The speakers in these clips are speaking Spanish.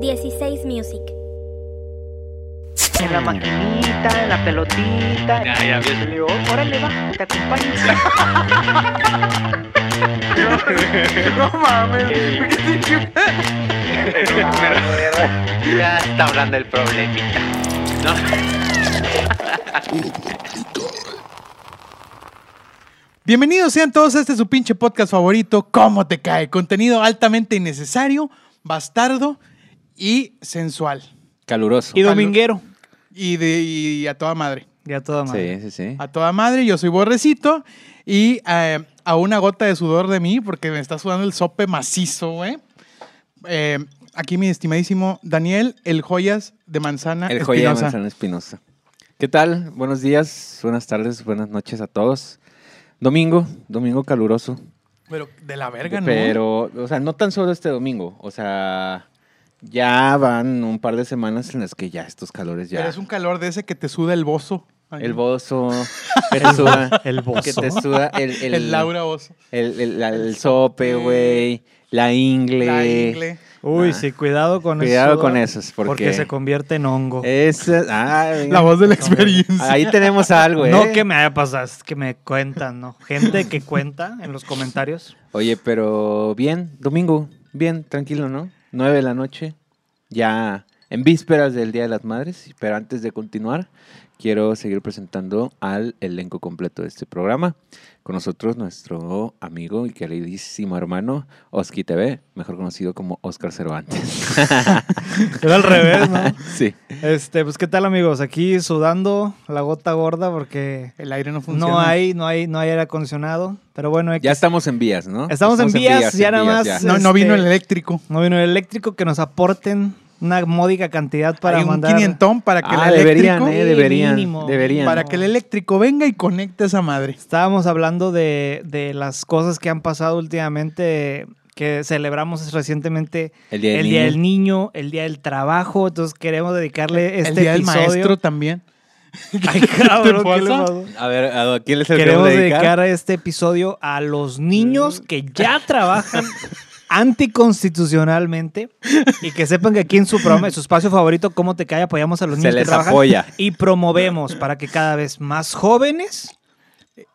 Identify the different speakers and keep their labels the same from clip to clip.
Speaker 1: 16 Music.
Speaker 2: Mm.
Speaker 3: En la maquinita, en la pelotita.
Speaker 4: Ya, ya,
Speaker 3: Y le digo, órale, va, te acompaño. no, no mames.
Speaker 4: ya está hablando el problemita.
Speaker 5: Bienvenidos sean todos a este su pinche podcast favorito, ¿Cómo te cae? Contenido altamente innecesario, bastardo y sensual.
Speaker 2: Caluroso.
Speaker 6: Y dominguero.
Speaker 5: Y, de, y a toda madre. Ah,
Speaker 6: Ya toda madre.
Speaker 2: Sí, sí, sí.
Speaker 5: A toda madre, yo soy borrecito y eh, a una gota de sudor de mí porque me está sudando el sope macizo, güey. Eh, aquí mi estimadísimo Daniel, el joyas de manzana.
Speaker 2: El joya de
Speaker 5: Espinosa.
Speaker 2: Manzana Espinosa. ¿Qué tal? Buenos días, buenas tardes, buenas noches a todos. Domingo, domingo caluroso.
Speaker 5: Pero de la verga, ¿no?
Speaker 2: Pero, o sea, no tan solo este domingo. O sea, ya van un par de semanas en las que ya estos calores ya.
Speaker 5: Pero es un calor de ese que te suda el bozo.
Speaker 2: El bozo, que te suda.
Speaker 6: El bozo.
Speaker 2: Que te suda el, el,
Speaker 5: El, Laura bozo.
Speaker 2: El, el- la- el sope, güey. La ingle.
Speaker 5: La ingle.
Speaker 6: Uy,
Speaker 2: Ah.
Speaker 6: sí, cuidado con
Speaker 2: Cuidado
Speaker 6: eso.
Speaker 2: con esos,
Speaker 6: Porque...
Speaker 2: porque-
Speaker 6: se convierte en hongo.
Speaker 2: Esa- ah,
Speaker 5: La voz de la experiencia.
Speaker 2: Ahí tenemos algo, ¿eh?
Speaker 6: No que me haya pasado, es que me cuentan, ¿no? Gente que cuenta en los comentarios.
Speaker 2: Oye, pero bien, domingo, bien, tranquilo, ¿no? Nueve de la noche, ya en vísperas del Día de las Madres, pero antes de continuar, quiero seguir presentando al elenco completo de este programa. Con nosotros nuestro amigo y queridísimo hermano, Oski TV, mejor conocido como Oscar Cervantes.
Speaker 6: Era al revés, ¿no?
Speaker 2: sí.
Speaker 6: Este, pues qué tal amigos, aquí sudando la gota gorda porque
Speaker 5: El aire no funciona.
Speaker 6: no hay, no hay, no hay aire acondicionado. Pero bueno, X.
Speaker 2: Ya estamos en vías, ¿no?
Speaker 6: Estamos en vías, ya nada más.
Speaker 2: ya.
Speaker 5: No, no vino el
Speaker 6: Este-
Speaker 5: eléctrico.
Speaker 6: no vino el eléctrico que nos aporten una módica cantidad para
Speaker 5: Hay un
Speaker 6: mandar.
Speaker 5: quinientón para que
Speaker 2: Ah,
Speaker 5: el
Speaker 2: deberían,
Speaker 5: eléctrico
Speaker 2: eh, deberían,
Speaker 6: mínimo,
Speaker 2: deberían.
Speaker 5: para
Speaker 6: no.
Speaker 5: que el eléctrico venga y conecte esa madre.
Speaker 6: Estábamos hablando de, de las cosas que han pasado últimamente, que celebramos recientemente
Speaker 2: El Día del
Speaker 6: el
Speaker 2: Niño.
Speaker 6: Día del Niño, el Día del Trabajo, entonces queremos dedicarle este
Speaker 5: el día
Speaker 6: episodio.
Speaker 5: del maestro también.
Speaker 6: Ay, cabrón,
Speaker 5: ¿Qué te
Speaker 6: ¿qué le
Speaker 5: pasa?
Speaker 6: pasó?
Speaker 2: A ver, ¿a quién les
Speaker 6: Queremos dedicar este episodio a los niños
Speaker 2: Mm.
Speaker 6: que ya trabajan anticonstitucionalmente y que sepan que aquí en su programa, en su espacio favorito, cómo te cae, apoyamos a los
Speaker 2: Se
Speaker 6: niños que
Speaker 2: les
Speaker 6: trabajan
Speaker 2: apoya.
Speaker 6: y promovemos para que cada vez más jóvenes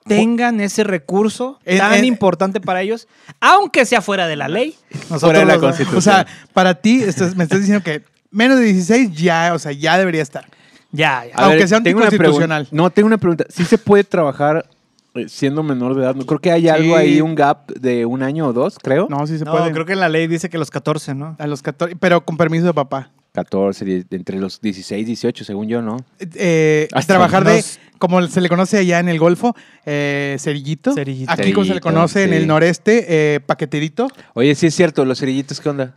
Speaker 6: tengan ese recurso
Speaker 5: En-
Speaker 6: tan
Speaker 5: en-
Speaker 6: importante para ellos, aunque sea fuera de la ley.
Speaker 2: Fuera de la
Speaker 6: los-
Speaker 2: Constitución.
Speaker 5: O sea, para ti estás- me estás diciendo que menos de 16 ya, o sea, ya debería estar.
Speaker 6: Ya, ya.
Speaker 5: Ah, aunque sea
Speaker 2: tengo una pregun-
Speaker 5: anticonstitucional.
Speaker 2: No, tengo una pregunta. ¿Sí se puede trabajar eh, siendo menor de edad? No creo que hay algo ahí, un gap de un año o dos, creo.
Speaker 5: No, sí se
Speaker 6: No,
Speaker 5: puede.
Speaker 6: creo que en la ley dice que los 14, ¿no?
Speaker 5: A los 14, pero con permiso de papá.
Speaker 2: 14, die- entre los 16, 18, según yo, ¿no?
Speaker 5: Eh,
Speaker 2: Hasta
Speaker 5: trabajar de,
Speaker 2: unos-
Speaker 5: como se le conoce allá en el Golfo, eh, cerillito.
Speaker 6: Cerillito.
Speaker 5: Aquí como se le
Speaker 2: Cerillito,
Speaker 5: conoce en
Speaker 2: sí.
Speaker 5: el noreste, eh, paqueterito.
Speaker 2: Oye, sí es cierto, los cerillitos, ¿qué onda?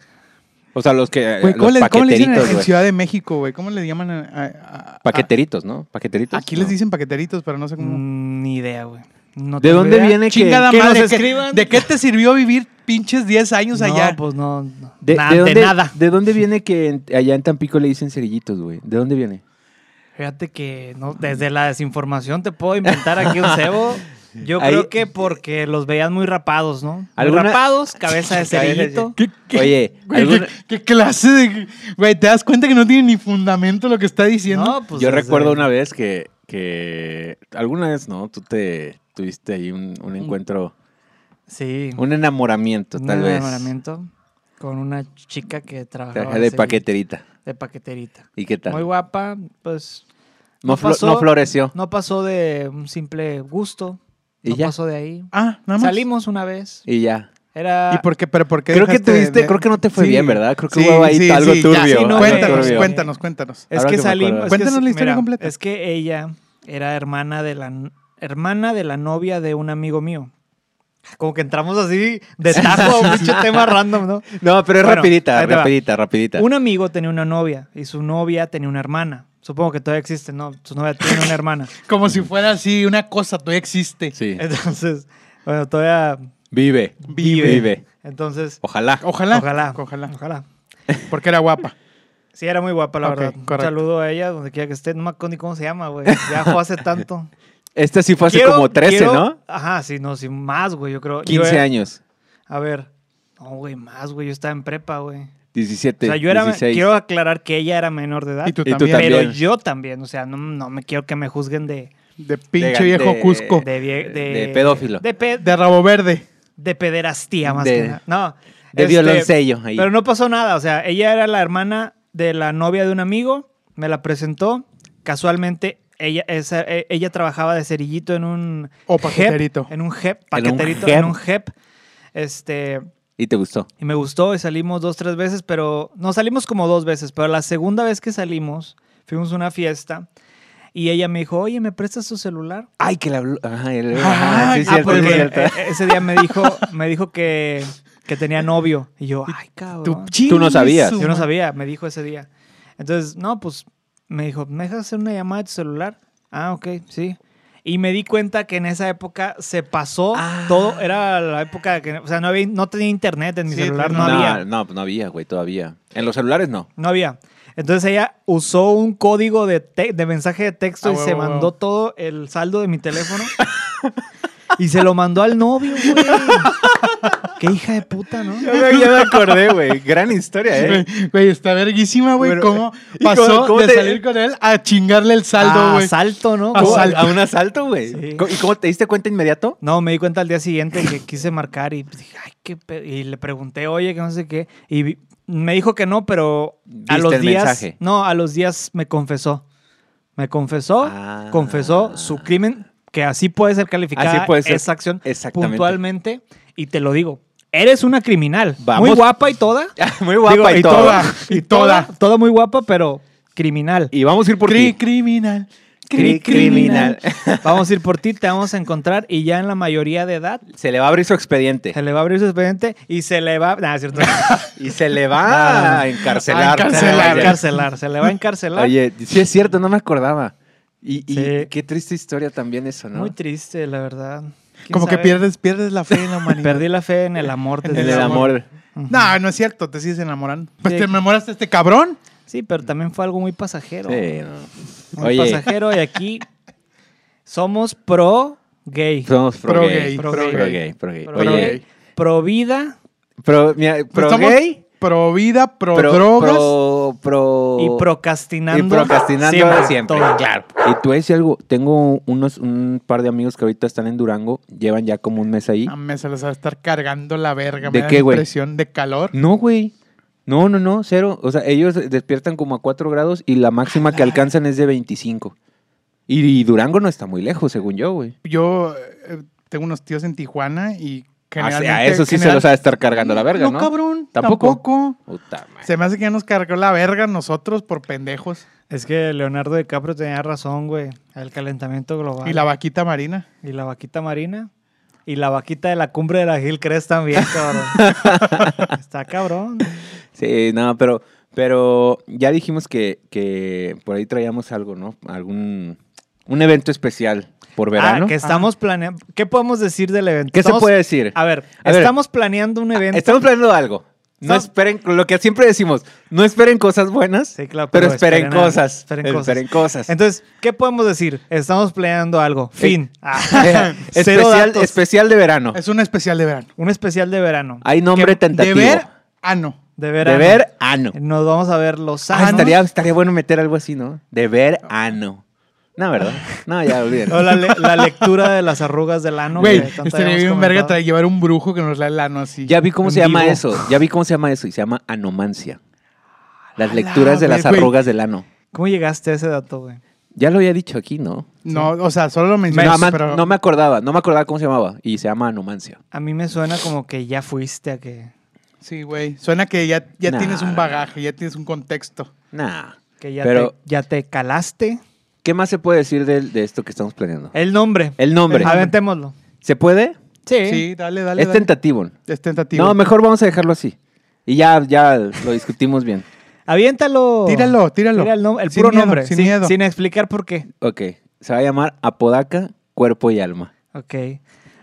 Speaker 2: O sea, los que. eh,
Speaker 5: Güey, ¿cómo,
Speaker 2: los
Speaker 5: le, cómo le dicen en-
Speaker 2: paqueteritos,
Speaker 5: en,
Speaker 2: güey.
Speaker 5: Ciudad de México, güey? ¿Cómo le llaman? a- a- a-
Speaker 2: Paqueteritos, ¿no? Paqueteritos.
Speaker 5: Aquí
Speaker 2: ¿no?
Speaker 5: les dicen paqueteritos, pero no sé cómo.
Speaker 6: Mm, Ni idea, güey. No
Speaker 2: ¿De
Speaker 6: tengo
Speaker 2: dónde
Speaker 6: idea.
Speaker 2: viene que-
Speaker 5: Chingada
Speaker 6: que
Speaker 5: madre,
Speaker 6: nos
Speaker 5: ¿qué-
Speaker 6: escriban.
Speaker 5: ¿de qué te sirvió vivir pinches 10 años
Speaker 6: No,
Speaker 5: allá?
Speaker 6: pues no. no.
Speaker 2: ¿De,
Speaker 6: Na-
Speaker 2: de
Speaker 6: de
Speaker 2: dónde,
Speaker 6: nada.
Speaker 2: ¿De dónde viene que en- allá en Tampico le dicen cerillitos, güey? ¿De dónde viene?
Speaker 6: Fíjate que no, desde la desinformación te puedo inventar aquí un cebo. Yo
Speaker 2: Ahí-
Speaker 6: creo que porque los veían muy rapados, ¿no? Muy
Speaker 2: ¿Alguna-
Speaker 6: Rapados, cabeza de cerillito.
Speaker 5: ¿Qué- qué-
Speaker 2: Oye,
Speaker 5: güey,
Speaker 2: alguna-
Speaker 5: ¿qué, qué clase de...? Güey, ¿te das cuenta que no tiene ni fundamento lo que está diciendo?
Speaker 6: No, pues
Speaker 2: Yo
Speaker 6: desde-
Speaker 2: recuerdo una vez que, que alguna vez, ¿no? Tú te tuviste ahí un, un encuentro,
Speaker 6: Sí.
Speaker 2: un enamoramiento,
Speaker 6: un
Speaker 2: tal vez.
Speaker 6: enamoramiento con una chica que trabajaba
Speaker 2: Traje de
Speaker 6: cerillito,
Speaker 2: paqueterita.
Speaker 6: de paqueterita.
Speaker 2: ¿Y qué tal?
Speaker 6: Muy guapa, pues
Speaker 2: no,
Speaker 6: no
Speaker 2: flo-
Speaker 6: pasó.
Speaker 2: no floreció.
Speaker 6: no pasó de un simple gusto.
Speaker 2: ¿Y
Speaker 6: No
Speaker 2: ya?
Speaker 6: pasó de ahí.
Speaker 5: Ah, nada más.
Speaker 6: Salimos una vez.
Speaker 2: Y ya.
Speaker 6: Era
Speaker 5: ¿Y por qué? ¿Pero por qué
Speaker 2: Creo que
Speaker 5: dejaste
Speaker 2: tuviste,
Speaker 5: de-
Speaker 2: creo que no te fue
Speaker 5: Sí.
Speaker 2: bien, ¿verdad? Creo que
Speaker 5: Sí,
Speaker 2: hubo ahí
Speaker 5: sí,
Speaker 2: algo
Speaker 5: sí, ya.
Speaker 2: turbio.
Speaker 6: Sí, no,
Speaker 2: algo
Speaker 5: cuéntanos,
Speaker 2: turbio.
Speaker 5: cuéntanos, cuéntanos.
Speaker 6: Es
Speaker 2: Ahora
Speaker 6: que
Speaker 2: que me
Speaker 6: salimos.
Speaker 2: acuerdo.
Speaker 6: es que
Speaker 5: Cuéntanos
Speaker 6: sí,
Speaker 5: la historia
Speaker 6: mira,
Speaker 5: completa.
Speaker 6: Es que ella era hermana de la n- hermana de la novia de un amigo mío. Como que entramos así de tajo, un pinche tema random, ¿no?
Speaker 2: No, pero es
Speaker 6: Bueno,
Speaker 2: rapidita,
Speaker 6: ahí te va.
Speaker 2: rapidita, rapidita.
Speaker 6: Un amigo tenía una novia y su novia tenía una hermana. Supongo que todavía existe, ¿no? Su novia tiene una hermana.
Speaker 5: Como si fuera así, una cosa todavía existe.
Speaker 2: Sí.
Speaker 6: Entonces, bueno, todavía
Speaker 2: Vive.
Speaker 6: vive.
Speaker 2: Vive.
Speaker 6: Entonces,
Speaker 2: Ojalá.
Speaker 5: Ojalá.
Speaker 6: Ojalá.
Speaker 5: Ojalá.
Speaker 6: ojalá.
Speaker 5: Porque era guapa.
Speaker 6: Sí, era muy guapa, la
Speaker 5: Ok,
Speaker 6: verdad. Un
Speaker 5: correcto.
Speaker 6: saludo a ella, donde quiera que esté. No me acuerdo ni cómo se llama, güey. Ya fue hace tanto.
Speaker 2: Esta Este sí fue hace
Speaker 6: Quiero-
Speaker 2: como 13,
Speaker 6: quiero-
Speaker 2: ¿no?
Speaker 6: Ajá, sí, no, sí, más, güey, yo creo. Yo
Speaker 2: 15
Speaker 6: era-
Speaker 2: años.
Speaker 6: A ver. No, güey, más, güey, yo estaba en prepa, güey.
Speaker 2: 17,
Speaker 6: o sea, yo era,
Speaker 2: 16.
Speaker 6: quiero aclarar que ella era menor de edad,
Speaker 5: Y tú
Speaker 2: Y tú
Speaker 5: también.
Speaker 2: también.
Speaker 6: pero yo también, o sea, no, no me quiero que me juzguen de,
Speaker 5: De pinche
Speaker 2: De-
Speaker 5: viejo
Speaker 2: de-
Speaker 5: Cusco. De,
Speaker 6: de, vie-
Speaker 2: De pedófilo.
Speaker 6: de, pe-
Speaker 5: rabo verde.
Speaker 6: de pederastía más
Speaker 2: De-
Speaker 6: que nada. No, este,
Speaker 2: de violoncello ahí.
Speaker 6: Pero no pasó nada, o sea, ella era la hermana de la novia de un amigo, me la presentó, casualmente ella esa- e- ella trabajaba de cerillito en un
Speaker 5: O
Speaker 6: jep,
Speaker 5: paqueterito.
Speaker 6: en un jep,
Speaker 2: En un
Speaker 6: paqueterito,
Speaker 2: jep.
Speaker 6: en un jep. Este,
Speaker 2: Y te gustó.
Speaker 6: y me gustó y salimos dos, tres veces, pero no salimos como dos veces, pero la segunda vez que salimos, fuimos a una fiesta y ella me dijo, oye, ¿me prestas tu celular?
Speaker 2: Ay, que la... blu- Ajá, el-
Speaker 5: Ah,
Speaker 2: ajá, sí, es
Speaker 6: Ah,
Speaker 2: cierto,
Speaker 6: porque,
Speaker 2: sí, es
Speaker 6: eh,
Speaker 2: cierto.
Speaker 6: eh, ese día me dijo, me dijo que, que tenía novio. Y yo, ay, cabrón.
Speaker 2: Tú no sabías.
Speaker 6: Yo no sabía, me dijo ese día. Entonces, no, pues me dijo, ¿me dejas hacer una llamada de tu celular? Ah, ok, sí. Y me di cuenta que en esa época se pasó
Speaker 2: Ah.
Speaker 6: todo. Era la época que, o sea, no, había, no tenía internet en mi
Speaker 5: Sí,
Speaker 6: celular,
Speaker 2: pues,
Speaker 6: no,
Speaker 5: no.
Speaker 6: había.
Speaker 2: No, no había, güey, todavía. En los celulares no.
Speaker 6: No había. Entonces ella usó un código de, te- de mensaje de texto
Speaker 5: Ah,
Speaker 6: y
Speaker 5: huevo,
Speaker 6: se
Speaker 5: huevo.
Speaker 6: mandó todo el saldo de mi teléfono. y se lo mandó al novio, güey. Qué hija de puta, ¿no?
Speaker 2: ya me acordé, güey. Gran historia,
Speaker 5: Güey, güey, está verguísima, güey.
Speaker 2: Pero-
Speaker 5: ¿Cómo
Speaker 2: ¿y
Speaker 5: pasó
Speaker 2: cómo- cómo
Speaker 5: de
Speaker 2: te-
Speaker 5: salir con él a chingarle el saldo,
Speaker 6: Ah,
Speaker 5: güey?
Speaker 6: Asalto, ¿no?
Speaker 5: Asalto.
Speaker 2: ¿Cómo? ¿A a un asalto, güey?
Speaker 6: Sí.
Speaker 2: ¿Y cómo te diste cuenta inmediato?
Speaker 6: No, me di cuenta al día siguiente que quise marcar y dije, ay, qué pe-". Y le pregunté, oye, que no sé qué. Y vi- me dijo que no, pero a
Speaker 2: Viste
Speaker 6: los
Speaker 2: el
Speaker 6: días.
Speaker 2: mensaje.
Speaker 6: No, a los días me confesó. Me confesó,
Speaker 2: Ah.
Speaker 6: confesó su crimen, que así puede ser calificada
Speaker 2: Así puede ser.
Speaker 6: esa acción
Speaker 2: Exactamente.
Speaker 6: puntualmente. Y te lo digo, eres una criminal.
Speaker 2: Vamos.
Speaker 6: Muy guapa y toda.
Speaker 2: Ah, Muy guapa
Speaker 6: Digo,
Speaker 2: y, todo.
Speaker 6: Y toda. Toda muy guapa, pero criminal.
Speaker 2: Y vamos a ir por
Speaker 5: Cri-
Speaker 2: ti.
Speaker 5: criminal.
Speaker 2: Cri-
Speaker 5: Cri-
Speaker 2: criminal.
Speaker 6: Vamos a ir por ti, te vamos a encontrar y ya en la mayoría de edad
Speaker 2: Se le va a abrir su expediente.
Speaker 6: Se le va a abrir su expediente y se le va. Nah, es cierto.
Speaker 2: Y se le va a encarcelar.
Speaker 5: A
Speaker 6: Se le va a
Speaker 5: Encarcelar.
Speaker 6: encarcelar. Se le va a encarcelar.
Speaker 2: Oye, sí es cierto, no me acordaba. Y, y
Speaker 6: Sí.
Speaker 2: qué triste historia también eso, ¿no?
Speaker 6: Muy triste, la verdad. ¿Quién
Speaker 5: Como que
Speaker 6: sabe?
Speaker 5: pierdes, pierdes la fe en la humanidad.
Speaker 6: Perdí la fe en el amor.
Speaker 5: En
Speaker 2: en
Speaker 6: desde
Speaker 2: el,
Speaker 5: el
Speaker 2: amor.
Speaker 5: No, no es cierto, te sigues enamorando. Pues
Speaker 6: Sí.
Speaker 5: te enamoraste de este cabrón.
Speaker 6: Sí, pero también fue algo muy pasajero.
Speaker 2: Sí, no.
Speaker 6: Muy
Speaker 2: Oye,
Speaker 6: pasajero. Y aquí somos pro gay.
Speaker 2: somos pro,
Speaker 5: Pro
Speaker 2: gay.
Speaker 5: gay,
Speaker 6: pro
Speaker 2: Pro
Speaker 6: gay.
Speaker 2: gay, pro gay.
Speaker 6: Pro
Speaker 2: Oye,
Speaker 5: gay.
Speaker 6: Pro vida
Speaker 2: pro, mira, pro
Speaker 5: Estamos
Speaker 2: gay,
Speaker 5: Pro vida, pro,
Speaker 2: pro,
Speaker 5: drogas.
Speaker 2: pro, pro-
Speaker 6: y procrastinando.
Speaker 2: Oh. Y procrastinando siempre,
Speaker 6: todo.
Speaker 2: claro. Y tú decías algo, tengo unos un par de amigos que ahorita están en Durango, llevan ya como un mes ahí.
Speaker 5: Ah, me se les va a estar cargando la verga.
Speaker 2: ¿De
Speaker 5: me da
Speaker 2: qué,
Speaker 5: la
Speaker 2: güey? Mm.
Speaker 5: impresión de calor.
Speaker 2: No, güey. No, no, no, cero. O sea, ellos despiertan como a 4 grados y la máxima que alcanzan es de 25. Y, y Durango no está muy lejos, según yo, güey.
Speaker 5: Yo eh, tengo unos tíos en Tijuana y
Speaker 2: Ah, sí,
Speaker 5: generalmente...
Speaker 2: a eso sí se los ha de estar cargando la verga, ¿no?
Speaker 5: No, cabrón,
Speaker 2: Tampoco.
Speaker 5: ¿Tampoco?
Speaker 2: Puta madre.
Speaker 5: Se me hace que ya nos cargó la verga nosotros por pendejos.
Speaker 6: Es que Leonardo DiCaprio tenía razón, güey. El calentamiento global.
Speaker 5: Y la vaquita marina.
Speaker 6: Y la vaquita marina. Y la vaquita de la cumbre de la Gil Crest también, cabrón. Está cabrón.
Speaker 2: Sí, no, pero, pero ya dijimos que, que por ahí traíamos algo, ¿no? Algún un evento especial por verano.
Speaker 6: Ah, que estamos planeando. ¿Qué podemos decir del evento?
Speaker 2: ¿Qué
Speaker 6: Estamos-
Speaker 2: se puede decir?
Speaker 6: A ver,
Speaker 2: A ver. Ah,
Speaker 6: estamos planeando un evento.
Speaker 2: Estamos planeando algo. No,
Speaker 6: No.
Speaker 2: esperen, lo que siempre decimos, no esperen cosas buenas,
Speaker 6: Sí, claro,
Speaker 2: pero,
Speaker 6: pero
Speaker 2: esperen,
Speaker 6: esperen algo,
Speaker 2: cosas,
Speaker 6: esperen cosas.
Speaker 2: Esperen cosas.
Speaker 6: Entonces, ¿qué podemos decir? Estamos planeando algo. Fin. Ah,
Speaker 2: Eh,
Speaker 6: cero
Speaker 2: especial,
Speaker 6: datos.
Speaker 2: especial de verano.
Speaker 5: Es un especial de verano.
Speaker 6: un especial de verano.
Speaker 2: Hay nombre
Speaker 5: De
Speaker 2: tentativo.
Speaker 5: ver, ah, no.
Speaker 6: De
Speaker 2: De
Speaker 6: verano.
Speaker 2: ver ano.
Speaker 6: Nos vamos a ver los
Speaker 2: Ah,
Speaker 6: años.
Speaker 2: estaría, estaría bueno meter algo así, ¿no? De ver ano. No, ¿verdad? No, ya olvídalo.
Speaker 6: O la, le- la lectura de las arrugas del ano.
Speaker 5: Güey,
Speaker 6: que
Speaker 2: este
Speaker 6: tanto
Speaker 5: estaría
Speaker 6: habíamos
Speaker 5: bien verga
Speaker 6: comentado.
Speaker 5: traer llevar un brujo que nos la el ano así.
Speaker 2: Ya vi cómo
Speaker 5: en
Speaker 2: se llama
Speaker 5: vivo.
Speaker 2: eso. Ya vi cómo se llama eso. Y se llama anomancia. Las
Speaker 5: la
Speaker 2: lecturas de las
Speaker 5: vez, güey.
Speaker 2: arrugas del ano.
Speaker 6: ¿Cómo llegaste a ese dato, güey?
Speaker 2: Ya lo había dicho aquí, ¿no?
Speaker 5: No, o sea, solo lo
Speaker 2: No,
Speaker 5: mencionas,
Speaker 2: ama-
Speaker 5: pero...
Speaker 2: no me acordaba. No me acordaba cómo se llamaba. Y se llama anomancia.
Speaker 6: A mí me suena como que ya fuiste a que,
Speaker 5: Sí, güey. Suena que ya, ya
Speaker 2: Nah,
Speaker 5: tienes
Speaker 2: nah,
Speaker 5: un bagaje, ya tienes un contexto.
Speaker 2: Nah.
Speaker 6: que ya,
Speaker 2: Pero-
Speaker 6: te, ya te calaste.
Speaker 2: ¿Qué más se puede decir del- de, esto que estamos planeando?
Speaker 6: El nombre.
Speaker 2: El nombre.
Speaker 6: Aventémoslo.
Speaker 2: ¿Se puede?
Speaker 6: Sí.
Speaker 5: Sí, dale, dale.
Speaker 2: Es
Speaker 5: dale.
Speaker 2: tentativo.
Speaker 5: Es tentativo.
Speaker 2: No, mejor vamos a dejarlo así. Y ya, ya lo discutimos bien.
Speaker 6: Aviéntalo.
Speaker 5: Tíralo, tíralo.
Speaker 6: Tira el, nom- el
Speaker 5: Sin
Speaker 6: puro
Speaker 5: miedo,
Speaker 6: nombre.
Speaker 5: sin
Speaker 6: Sin, sin,
Speaker 5: miedo.
Speaker 6: explicar por qué.
Speaker 2: Ok. Se va a llamar Apodaca, Cuerpo y Alma.
Speaker 6: Ok.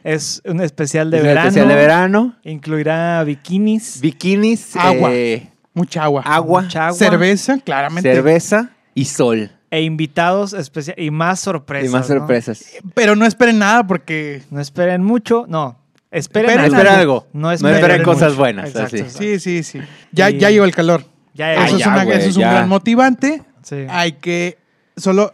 Speaker 6: Es un especial de
Speaker 2: Es un
Speaker 6: verano.
Speaker 2: especial de verano.
Speaker 6: Incluirá bikinis.
Speaker 2: Bikinis.
Speaker 5: Agua.
Speaker 2: eh,
Speaker 5: Mucha agua.
Speaker 2: agua.
Speaker 6: mucha agua,
Speaker 5: Cerveza, claramente.
Speaker 2: Cerveza y sol.
Speaker 6: E invitados especiales. Y más sorpresas.
Speaker 2: y más
Speaker 6: ¿no?
Speaker 2: sorpresas.
Speaker 5: Pero no esperen nada porque
Speaker 6: ¿no? esperen mucho. No. Esperen,
Speaker 5: Esperen
Speaker 6: algo.
Speaker 2: espera algo.
Speaker 6: No esperen,
Speaker 2: No esperen
Speaker 6: mucho.
Speaker 2: cosas buenas, así.
Speaker 5: Sí, sí, sí. Ya,
Speaker 6: Y-
Speaker 5: ya llegó el calor.
Speaker 6: Ya, ya,
Speaker 2: Ah,
Speaker 5: Eso, es,
Speaker 2: ya,
Speaker 5: una-
Speaker 2: güey,
Speaker 5: eso es un
Speaker 2: ya.
Speaker 5: gran motivante.
Speaker 6: Sí.
Speaker 5: Hay que solo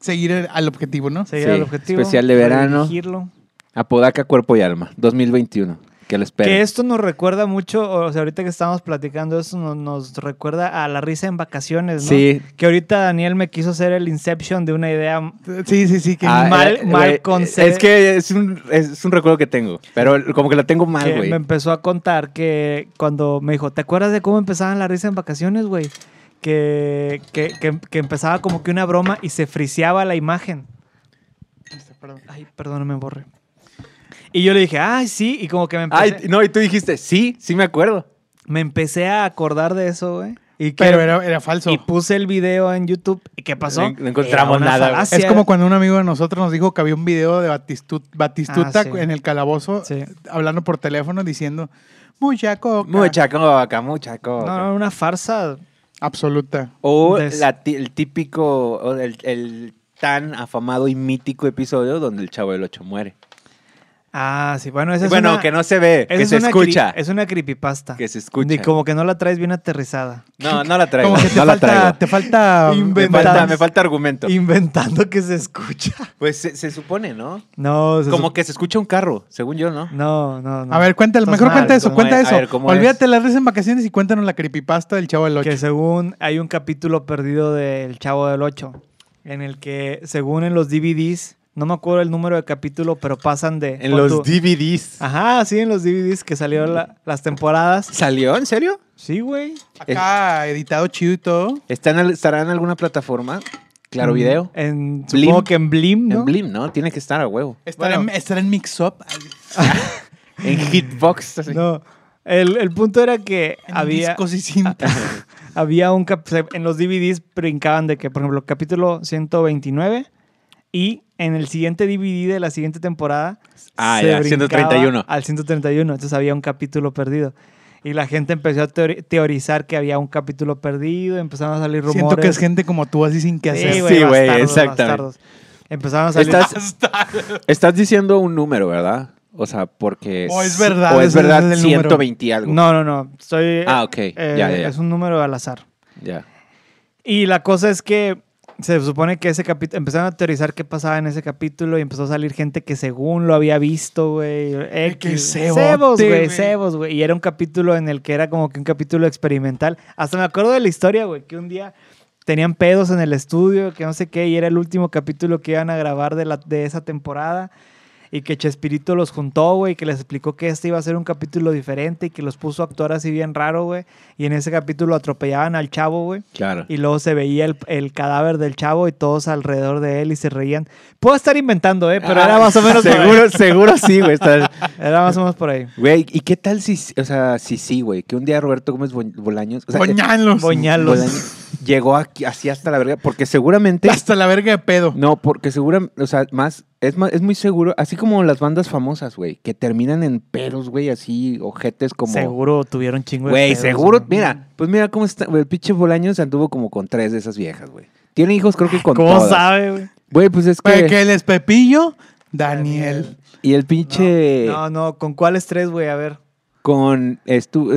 Speaker 5: seguir el- al objetivo, ¿no?
Speaker 6: Seguir
Speaker 2: Sí,
Speaker 6: al objetivo.
Speaker 2: especial de verano.
Speaker 6: redirigirlo.
Speaker 2: Apodaca, cuerpo y alma, 2021. Que lo esperen.
Speaker 6: Que esto nos recuerda mucho, o sea, ahorita que estamos platicando, esto no- nos, recuerda a la risa en vacaciones, ¿no?
Speaker 2: Sí.
Speaker 6: Que ahorita Daniel me quiso hacer el inception de una idea.
Speaker 5: Sí, sí, sí. que-
Speaker 2: Ah,
Speaker 6: mal-
Speaker 2: eh,
Speaker 6: mal
Speaker 2: güey,
Speaker 6: conce-
Speaker 2: Es que es un, es un recuerdo que tengo, pero como que la tengo mal,
Speaker 6: que
Speaker 2: güey.
Speaker 6: me empezó a contar que cuando me dijo, ¿te acuerdas de cómo empezaban la risa en vacaciones, güey? Que, que, que- que empezaba como que una broma y se friseaba la imagen. Este,
Speaker 5: perdón.
Speaker 6: Ay, perdóname, borre. Y yo le dije, ay, sí, y como que me empecé,
Speaker 2: Ay, no, y tú dijiste, sí, sí me acuerdo.
Speaker 6: me empecé a acordar de eso, güey. Y que-
Speaker 5: Pero era, era falso.
Speaker 6: Y puse el video en YouTube. ¿Y qué pasó?
Speaker 2: No en- no encontramos
Speaker 6: Era una
Speaker 2: nada, güey.
Speaker 6: falacia.
Speaker 5: Es como cuando un amigo de nosotros nos dijo que había un video de Batistu- Batistuta
Speaker 6: Ah, sí.
Speaker 5: en el calabozo
Speaker 6: Sí.
Speaker 5: hablando por teléfono diciendo mucha coca.
Speaker 2: Mucha coca, mucha coca.
Speaker 6: No, no, una farsa.
Speaker 5: Absoluta.
Speaker 2: O
Speaker 6: Des-
Speaker 2: la ti- el típico, o el, el tan afamado y mítico episodio donde el chavo del 8 muere.
Speaker 6: Ah, sí. Bueno, esa es
Speaker 2: bueno,
Speaker 6: una-
Speaker 2: que no se ve,
Speaker 6: esa
Speaker 2: que
Speaker 6: es
Speaker 2: se
Speaker 6: una cri-
Speaker 2: escucha.
Speaker 6: Es una creepypasta.
Speaker 2: Que se escucha.
Speaker 6: Y como que no la traes bien aterrizada.
Speaker 2: No, no la traigo.
Speaker 5: Como que te
Speaker 2: no la
Speaker 5: falta,
Speaker 2: traigo.
Speaker 5: te falta
Speaker 2: Me
Speaker 6: Inventa-
Speaker 2: falta,
Speaker 6: inventamos.
Speaker 2: me falta argumento.
Speaker 6: Inventando que se escucha.
Speaker 2: Pues se, se supone, ¿no?
Speaker 6: No, se
Speaker 2: Como
Speaker 6: sup- Mm,
Speaker 2: que se escucha un carro, según yo, ¿no?
Speaker 6: No, no, no.
Speaker 5: A ver, cuéntalo,
Speaker 6: Estás
Speaker 5: mejor
Speaker 6: mal.
Speaker 5: cuenta eso,
Speaker 2: ¿Cómo
Speaker 5: cuenta
Speaker 2: es? A
Speaker 5: eso.
Speaker 2: ver, ¿cómo
Speaker 5: Olvídate
Speaker 2: es?
Speaker 5: las veces en vacaciones y cuéntanos la creepypasta del chavo del 8.
Speaker 6: Que según hay un capítulo perdido del Chavo del 8, en el que según en los DVDs, no me acuerdo el número de capítulo, pero pasan de...
Speaker 2: En
Speaker 6: pon
Speaker 2: los
Speaker 6: tú-
Speaker 2: DVDs.
Speaker 6: Ajá, sí, en los DVDs que salieron la- las temporadas.
Speaker 2: ¿Salió? ¿En serio?
Speaker 6: Sí, güey.
Speaker 5: Acá editado chido y todo.
Speaker 2: ¿Está en al- ¿Estará en alguna plataforma? Claro,
Speaker 6: Mm,
Speaker 2: video.
Speaker 6: En,
Speaker 2: Blim.
Speaker 6: supongo que en Blim, ¿no?
Speaker 2: En Blim, ¿no? Tiene que estar a huevo.
Speaker 5: Estará,
Speaker 6: Bueno.
Speaker 5: en, estará en Mix Up. Ay,
Speaker 2: En Hitbox. así.
Speaker 6: No. El, el punto era que
Speaker 5: en
Speaker 6: había,
Speaker 5: discos y cintas.
Speaker 6: había un... cap- En los DVDs brincaban de que, por ejemplo, capítulo 129 y en el siguiente DVD de la siguiente temporada...
Speaker 2: Ah,
Speaker 6: se
Speaker 2: ya,
Speaker 6: brincaba
Speaker 2: 131.
Speaker 6: Al 131, entonces había un capítulo perdido. Y la gente empezó a teori- teorizar que había un capítulo perdido, empezaron a salir rumores.
Speaker 5: Siento que es gente como tú así sin que hacer.
Speaker 6: Sí,
Speaker 2: Sí,
Speaker 6: güey,
Speaker 2: güey,
Speaker 6: bastardos,
Speaker 2: exactamente.
Speaker 6: bastardos. Empezaron a salir...
Speaker 2: Estás- Estás diciendo un número, ¿verdad? O sea, porque...
Speaker 6: Oh,
Speaker 5: O es
Speaker 2: sí-
Speaker 5: verdad,
Speaker 2: O es
Speaker 5: ese es
Speaker 2: verdad
Speaker 5: el número.
Speaker 2: 120 y algo.
Speaker 6: No, no, no. Soy, eh,
Speaker 2: Ah, ok. Ya, ya, ya.
Speaker 6: Es un número al azar.
Speaker 2: Ya.
Speaker 6: Y la cosa es que se supone que ese capítulo. Empezaron a teorizar qué pasaba en ese capítulo y empezó a salir gente que según lo había visto, güey. X.
Speaker 5: que cebote,
Speaker 6: Cebos, güey.
Speaker 5: güey.
Speaker 6: Cebos, güey. Y era un capítulo en el que era como que un capítulo experimental. Hasta me acuerdo de la historia, güey, que un día. Tenían pedos en el estudio, que no sé qué, y era el último capítulo que iban a grabar de, la, de esa temporada. Y que Chespirito los juntó, güey, y que les explicó que este iba a ser un capítulo diferente y que los puso a actuar así bien raro, güey. Y en ese capítulo atropellaban al chavo, güey.
Speaker 2: Claro.
Speaker 6: Y luego se veía el, el cadáver del chavo y todos alrededor de él y se reían. Puedo estar inventando, ¿eh? Pero
Speaker 5: Ah,
Speaker 6: era más o menos por ahí.
Speaker 2: Seguro, seguro sí, güey. estás-
Speaker 6: Era más o menos por ahí.
Speaker 2: Güey, ¿y qué tal si, o sea, si sí, güey? Que un día Roberto Gómez Bo- Bolaños... O sea,
Speaker 5: Boñalos.
Speaker 6: Boñalos.
Speaker 2: Bolaños llegó aquí, así hasta la verga, porque seguramente...
Speaker 5: Hasta la verga de pedo.
Speaker 2: No, porque seguramente, o sea, más es, más, es muy seguro, así como las bandas famosas, güey, que terminan en pedos, güey, así, ojetes como...
Speaker 6: Seguro tuvieron chingo de
Speaker 2: Güey,
Speaker 6: pedos,
Speaker 2: seguro,
Speaker 6: güey.
Speaker 2: mira, pues mira cómo está, güey, el pinche Bolaños anduvo como con tres de esas viejas, güey. Tiene hijos creo que con
Speaker 6: ¿Cómo
Speaker 2: todas.
Speaker 6: sabe, güey?
Speaker 2: Güey, pues es
Speaker 5: Para
Speaker 2: que...
Speaker 5: que él es Pepillo, Daniel.
Speaker 2: Y el pinche...
Speaker 6: No, no, ¿con cuáles tres, güey? A ver.
Speaker 2: Con... Estuvo...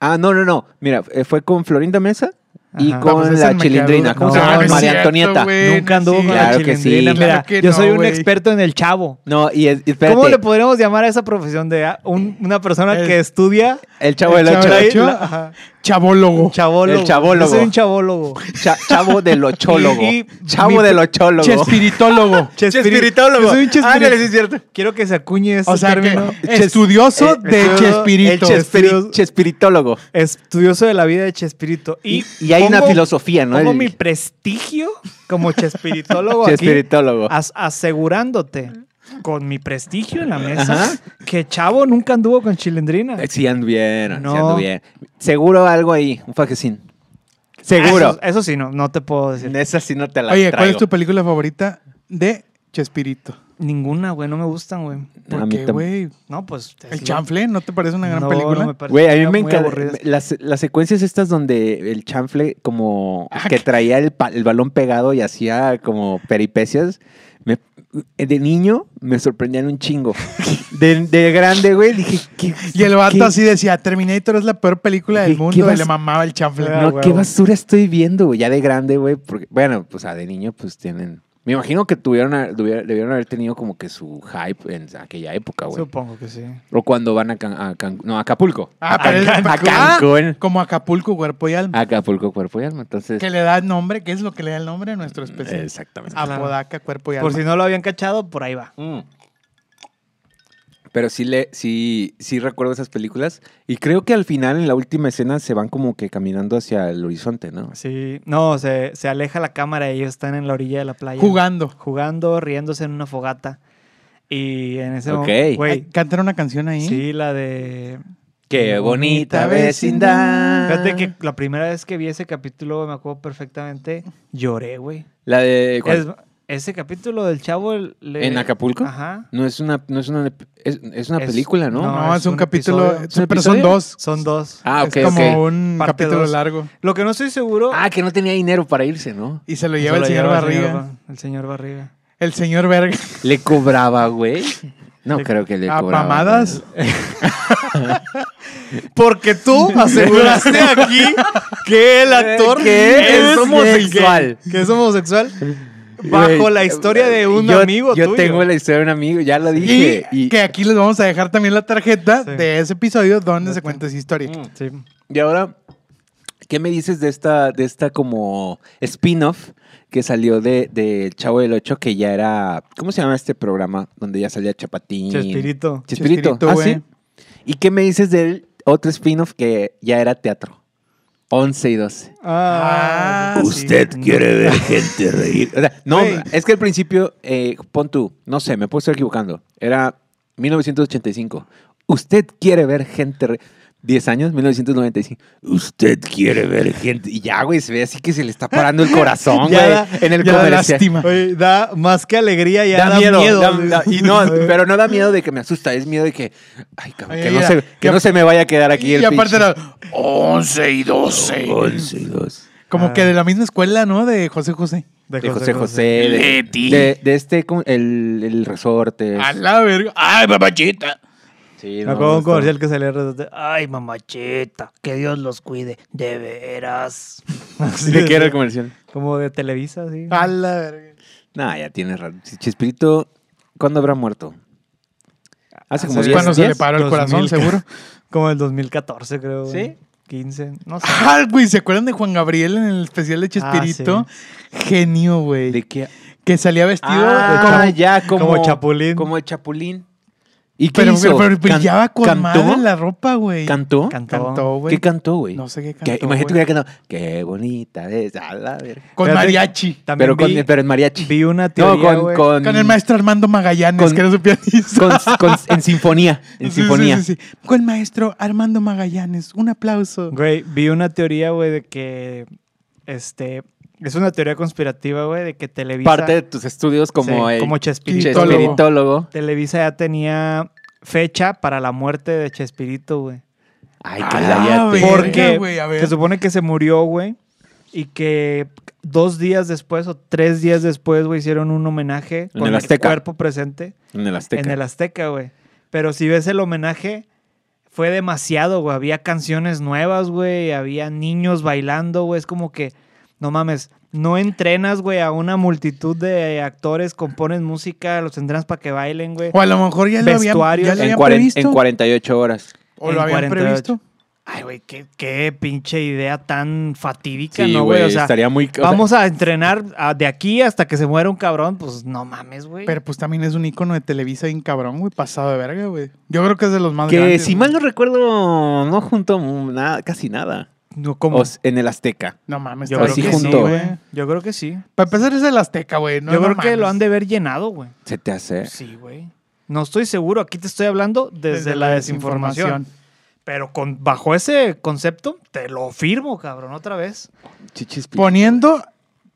Speaker 2: Ah, no, no, no. Mira, eh, fue con Florinda Mesa y
Speaker 6: Ajá. Ah, pues
Speaker 2: con
Speaker 5: Vamos, ese
Speaker 2: la
Speaker 5: me
Speaker 2: chilindrina.
Speaker 5: quedó-
Speaker 2: ¿Cómo
Speaker 6: No,
Speaker 2: se
Speaker 6: Ah, no
Speaker 2: llama?
Speaker 6: es
Speaker 2: María
Speaker 5: cierto,
Speaker 2: Antonieta.
Speaker 5: güey. Eh,
Speaker 6: Nunca anduvo
Speaker 5: sí.
Speaker 6: con
Speaker 2: Claro
Speaker 6: la
Speaker 2: que
Speaker 6: chilindrina.
Speaker 2: sí.
Speaker 6: Mira,
Speaker 5: Claro que
Speaker 6: yo soy
Speaker 5: no,
Speaker 6: un
Speaker 5: güey.
Speaker 6: experto en el chavo.
Speaker 2: No, y es- y espérate.
Speaker 6: ¿Cómo le podríamos llamar a esa profesión de ah, un- una persona
Speaker 5: El-
Speaker 6: que estudia?
Speaker 2: El chavo
Speaker 5: El
Speaker 2: del
Speaker 5: Chavo
Speaker 2: ocho.
Speaker 5: del ocho.
Speaker 6: La- ajá.
Speaker 5: Chabólogo.
Speaker 6: Chabólogo.
Speaker 2: El chabólogo.
Speaker 6: Yo soy un chabólogo.
Speaker 2: Cha- chavo del ochólogo.
Speaker 6: Y- y-
Speaker 2: chavo
Speaker 6: mi-
Speaker 2: del ochólogo.
Speaker 5: Chespiritólogo.
Speaker 2: Chespiritólogo.
Speaker 6: Yo soy un chespiri-
Speaker 2: Ándale, sí es cierto.
Speaker 6: Quiero que se acuñe ese
Speaker 5: o sea, que
Speaker 6: término.
Speaker 2: Ches-
Speaker 5: estudioso
Speaker 2: eh,
Speaker 5: de
Speaker 2: estudio-
Speaker 5: Chespirito.
Speaker 2: El chespiri-
Speaker 6: Estudios-
Speaker 2: chespiritólogo.
Speaker 6: Estudioso de la vida de Chespirito. Y,
Speaker 2: Y, y hay una
Speaker 6: pongo-
Speaker 2: filosofía, ¿no?
Speaker 6: Pongo
Speaker 2: El-
Speaker 6: mi prestigio como Chespiritólogo aquí, Ah.
Speaker 2: Chespiritólogo.
Speaker 6: as- asegurándote con mi prestigio en la mesa
Speaker 2: Ajá.
Speaker 6: que Chavo nunca anduvo con Chilindrina.
Speaker 2: Eh, Sí anduvieron,
Speaker 6: No.
Speaker 2: sí anduvieron. Seguro algo ahí, un fajecín.
Speaker 6: Ah,
Speaker 2: Seguro.
Speaker 6: Eso, eso sí, no, no te puedo decir.
Speaker 2: En esa sí no te la
Speaker 5: Oye, ¿cuál es
Speaker 2: traigo.
Speaker 5: tu película favorita de Chespirito?
Speaker 6: Ninguna, güey, no me gustan, güey.
Speaker 2: A
Speaker 5: ¿Por
Speaker 2: mí
Speaker 5: qué,
Speaker 2: tam-
Speaker 5: güey?
Speaker 6: No, pues. es
Speaker 5: ¿El
Speaker 6: lo-
Speaker 5: chanfle? ¿No te parece una gran
Speaker 6: no,
Speaker 5: película?
Speaker 6: no me parece
Speaker 2: Güey, a mí me
Speaker 6: muy
Speaker 2: encanta.
Speaker 6: aburridas.
Speaker 2: me- Las, las secuencias estas donde el chanfle como
Speaker 5: Ah,
Speaker 2: que
Speaker 5: qué-
Speaker 2: traía el, pa- el balón pegado y hacía como peripecias, me, de niño me sorprendían un chingo. De, de grande, güey, dije, ¿qué?
Speaker 5: Y el vato
Speaker 2: qué-
Speaker 5: así decía, Terminator es la peor película del
Speaker 2: ¿Qué- qué
Speaker 5: mundo. Y
Speaker 2: vas-
Speaker 5: le mamaba el chanfle.
Speaker 6: Ah,
Speaker 2: No,
Speaker 6: huevo.
Speaker 2: qué basura estoy viendo, güey, ya de grande, güey. Porque, bueno, pues ah, de niño, pues tienen. Me imagino que tuvieron, a- duvier- debieron haber tenido como que su hype en aquella época, güey.
Speaker 6: Supongo que sí.
Speaker 2: O cuando van a, Can- a Can- no, a Acapulco.
Speaker 5: Ah, pero es Ah.
Speaker 2: A Cancún.
Speaker 5: Como Acapulco, cuerpo y
Speaker 2: Ah,
Speaker 5: alma.
Speaker 2: Acapulco, cuerpo y alma. Entonces.
Speaker 5: Que le da nombre, que es lo que le da el nombre a nuestro
Speaker 6: Pues
Speaker 5: especial.
Speaker 2: Exactamente.
Speaker 5: Apodaca, cuerpo y alma.
Speaker 6: Por si no lo habían cachado, por ahí va.
Speaker 2: Mm. Pero sí, le, sí, sí recuerdo esas películas. Y creo que al final, en la última escena, se van como que caminando hacia el horizonte, ¿no?
Speaker 6: Sí. No, se, se aleja la cámara y ellos están en la orilla de la playa.
Speaker 5: Jugando.
Speaker 6: Jugando, riéndose en una fogata. Y en ese
Speaker 2: Ok.
Speaker 6: momento.
Speaker 5: Ay,
Speaker 6: Güey.
Speaker 5: Cantar una canción ahí.
Speaker 6: Sí, la de.
Speaker 2: ¡Qué bonita vecindad!
Speaker 6: Fíjate que la primera vez que vi ese capítulo, me acuerdo perfectamente, lloré, güey.
Speaker 2: La de. ¿cuál?
Speaker 6: Es- ese capítulo del chavo. el- le-
Speaker 2: ¿En Acapulco?
Speaker 6: Ajá.
Speaker 2: No es una, no es una, es, es una
Speaker 6: Es-
Speaker 2: película, ¿no?
Speaker 5: No,
Speaker 6: No,
Speaker 5: es,
Speaker 6: es
Speaker 5: un,
Speaker 6: un
Speaker 5: capítulo.
Speaker 6: episodio.
Speaker 2: ¿Es un
Speaker 5: pero son
Speaker 2: episodio?
Speaker 5: dos.
Speaker 6: Son dos.
Speaker 2: Ah, ok,
Speaker 5: es como
Speaker 2: ok.
Speaker 5: un
Speaker 6: Parte
Speaker 5: capítulo
Speaker 6: dos.
Speaker 5: largo.
Speaker 6: Lo que no estoy seguro.
Speaker 2: Ah, que no tenía dinero para irse, ¿no?
Speaker 5: Y se lo
Speaker 6: se
Speaker 5: lleva
Speaker 6: lo
Speaker 5: el señor
Speaker 6: lleva
Speaker 5: Barriga.
Speaker 6: Ba- el señor Barriga.
Speaker 5: El señor Verga.
Speaker 2: Le cobraba, güey. No creo que le
Speaker 5: ¿A
Speaker 2: cobraba.
Speaker 5: mamadas?
Speaker 6: Porque tú aseguraste aquí que el actor
Speaker 2: que
Speaker 6: es
Speaker 2: es homosexual.
Speaker 6: Que es homosexual.
Speaker 2: güey.
Speaker 6: Bajo
Speaker 2: Güey,
Speaker 6: la historia de un
Speaker 2: yo-
Speaker 6: amigo
Speaker 2: Yo
Speaker 6: tuyo.
Speaker 2: tengo la historia de un amigo, ya lo
Speaker 5: Y,
Speaker 2: dije. Y,
Speaker 5: que aquí les vamos a dejar también la tarjeta
Speaker 6: Sí.
Speaker 5: de ese episodio donde se cuenta esa
Speaker 2: Mm,
Speaker 5: historia.
Speaker 6: Sí.
Speaker 2: y ahora, ¿qué me dices de esta, de esta como spin-off que salió de, de El Chavo del Ocho, que ya era, ¿cómo se llama este programa? Donde ya salía Chapatín.
Speaker 6: Chespirito.
Speaker 2: Chespirito.
Speaker 5: Chespirito,
Speaker 2: ah,
Speaker 5: güey.
Speaker 2: sí. ¿Y qué me dices del otro spin-off que ya era teatro? 11 y 12.
Speaker 5: Ah, sí.
Speaker 2: quiere ver gente reír. O sea, no,
Speaker 5: Güey.
Speaker 2: es que al principio, eh, pon tú, no sé, me puedo estar equivocando. Era 1985. Usted quiere ver gente reír. 10 años, 1995. Usted quiere ver gente. Y ya, güey, se ve así que se le está parando el corazón, güey.
Speaker 6: Ya da-
Speaker 2: en el
Speaker 5: ya da
Speaker 2: comercial.
Speaker 5: lástima.
Speaker 6: Oye, da más que alegría, ya
Speaker 2: Da,
Speaker 6: da,
Speaker 2: miedo. da-
Speaker 6: güey.
Speaker 2: da- y no, pero no da miedo de que me asusta, es miedo de que. Ay, cabrón,
Speaker 5: Oye,
Speaker 2: que, no
Speaker 5: mira,
Speaker 2: se, que
Speaker 5: y
Speaker 2: no
Speaker 5: ap-
Speaker 2: se me vaya a quedar aquí el
Speaker 5: y aparte
Speaker 2: pinche-
Speaker 5: era 11 y 12.
Speaker 2: 11 y 12.
Speaker 5: Como
Speaker 6: Ah.
Speaker 5: que de la misma escuela, ¿no? De José José.
Speaker 2: De José José, de,
Speaker 3: Leti.
Speaker 2: de, de este, ¿cómo? el, el resorte.
Speaker 5: A la verga. Ay, papachita.
Speaker 2: Sí,
Speaker 6: Me
Speaker 2: no,
Speaker 6: acuerdo de un
Speaker 2: está-
Speaker 6: comercial que salía alrededor de-
Speaker 1: Ay, mamachita, que Dios los cuide, de veras.
Speaker 2: Sí, ¿De qué era el comercial?
Speaker 6: como de Televisa, así.
Speaker 5: A la verga.
Speaker 2: Nah, ya tienes razón. Si Chespirito, ¿cuándo habrá muerto? Hace como
Speaker 5: Es
Speaker 2: 10
Speaker 5: Ah, cuando se le
Speaker 2: días.
Speaker 5: paró el
Speaker 6: 2000.
Speaker 5: corazón, seguro.
Speaker 6: Como el 2014, creo.
Speaker 2: ¿Sí?
Speaker 6: güey. 15, no sé.
Speaker 5: Ah, güey, ¿se acuerdan de Juan Gabriel en el especial de Chespirito? Genio, güey.
Speaker 2: ¿De qué?
Speaker 5: Que salía vestido eh,
Speaker 2: Ah,
Speaker 5: como...
Speaker 2: ya, como,
Speaker 6: como Chapulín.
Speaker 2: Como el Chapulín. ¿Y qué
Speaker 5: Pero,
Speaker 2: hizo?
Speaker 5: pero
Speaker 2: Can-
Speaker 5: brillaba con
Speaker 2: ¿Cantó?
Speaker 5: madre la ropa, güey.
Speaker 2: ¿Cantó?
Speaker 6: Cantó.
Speaker 5: Cantó, güey.
Speaker 2: ¿Qué cantó, güey?
Speaker 5: No sé qué cantó,
Speaker 2: Que- Imagínate
Speaker 5: güey.
Speaker 2: que hubiera cantado. Qué bonita es. A la verga.
Speaker 5: Con
Speaker 6: Fíjate,
Speaker 5: mariachi.
Speaker 6: También
Speaker 2: Pero, con,
Speaker 6: vi,
Speaker 2: pero en mariachi.
Speaker 6: vi una
Speaker 2: no,
Speaker 6: teoría,
Speaker 2: con,
Speaker 6: güey.
Speaker 2: con,
Speaker 5: Con el maestro Armando Magallanes,
Speaker 2: con-
Speaker 5: que era su pianista.
Speaker 2: con- con- en sinfonía. En
Speaker 5: Sí, sí,
Speaker 2: sinfonía.
Speaker 5: sí, sí. Con el maestro Armando Magallanes. Un aplauso.
Speaker 6: Güey, vi una teoría, güey, de que... Este... Es una teoría conspirativa, güey, de que Televisa...
Speaker 2: Parte de tus estudios como
Speaker 6: Sí,
Speaker 2: el
Speaker 6: como Chespirito.
Speaker 5: Chespirito. Chespiritólogo.
Speaker 2: espiritólogo.
Speaker 6: Televisa ya tenía fecha para la muerte de Chespirito, güey.
Speaker 2: Ay,
Speaker 5: Ah,
Speaker 2: cállate.
Speaker 5: verga,
Speaker 2: güey.
Speaker 6: Porque
Speaker 5: güey, a ver.
Speaker 6: se supone que se murió, güey. Y que dos días después o tres días después, güey, hicieron un homenaje
Speaker 2: En
Speaker 6: con
Speaker 2: el
Speaker 6: el,
Speaker 2: Azteca.
Speaker 6: cuerpo presente
Speaker 2: En el Azteca.
Speaker 6: en el Azteca, güey. Pero si ves el homenaje, fue demasiado, güey. Había canciones nuevas, güey. Había niños bailando, güey. Es como que, no mames, no entrenas, güey, a una multitud de actores, compones música, los entrenas para que bailen, güey.
Speaker 5: O a lo mejor ya lo habían,
Speaker 6: Vestuarios.
Speaker 5: ya lo
Speaker 2: En
Speaker 5: habían
Speaker 2: cuaren-
Speaker 5: previsto.
Speaker 2: en 48 horas.
Speaker 5: o lo
Speaker 6: en
Speaker 5: habían
Speaker 6: 48.
Speaker 5: previsto.
Speaker 6: Ay, güey, qué, qué pinche idea tan fatídica,
Speaker 2: Sí,
Speaker 6: ¿no,
Speaker 2: güey,
Speaker 6: güey? O sea,
Speaker 2: estaría muy... o sea,
Speaker 6: vamos a entrenar a- de aquí hasta que se muera un cabrón. Pues no mames, güey.
Speaker 5: Pero pues también es un icono de Televisa bien cabrón, güey. Pasado de verga, güey. Yo creo que es de los más
Speaker 2: que
Speaker 5: grandes.
Speaker 2: si
Speaker 5: güey.
Speaker 2: mal no recuerdo, no juntó nada, casi nada.
Speaker 6: No, ¿cómo?
Speaker 2: O s- en el Azteca.
Speaker 5: No mames,
Speaker 6: Yo
Speaker 5: está
Speaker 2: creo sí
Speaker 5: bien.
Speaker 2: que junto.
Speaker 6: güey. Yo creo que sí.
Speaker 5: Para empezar es el Azteca, güey. No,
Speaker 6: Yo
Speaker 5: no
Speaker 6: creo que
Speaker 5: mames.
Speaker 6: lo han de ver llenado, güey.
Speaker 2: Se te hace...
Speaker 6: Sí, güey. No estoy seguro. Aquí te estoy hablando desde, la desinformación. Pero con, bajo ese concepto, te lo firmo, cabrón, otra vez.
Speaker 2: Chichis pi-
Speaker 5: Poniendo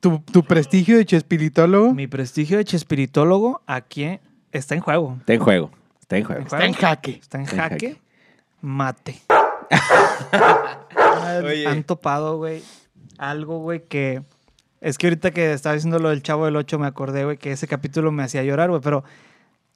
Speaker 5: tu, tu prestigio de chespiritólogo
Speaker 6: Mi prestigio de chespiritólogo aquí está en juego.
Speaker 2: Está en juego. Está en juego.
Speaker 5: está en jaque.
Speaker 6: Está en
Speaker 2: Está en
Speaker 6: jaque.
Speaker 2: jaque.
Speaker 6: Mate. Han topado, güey, algo, güey, que Es que ahorita que estaba diciendo lo del Chavo del 8 me acordé, güey, que ese capítulo me hacía llorar, güey, pero...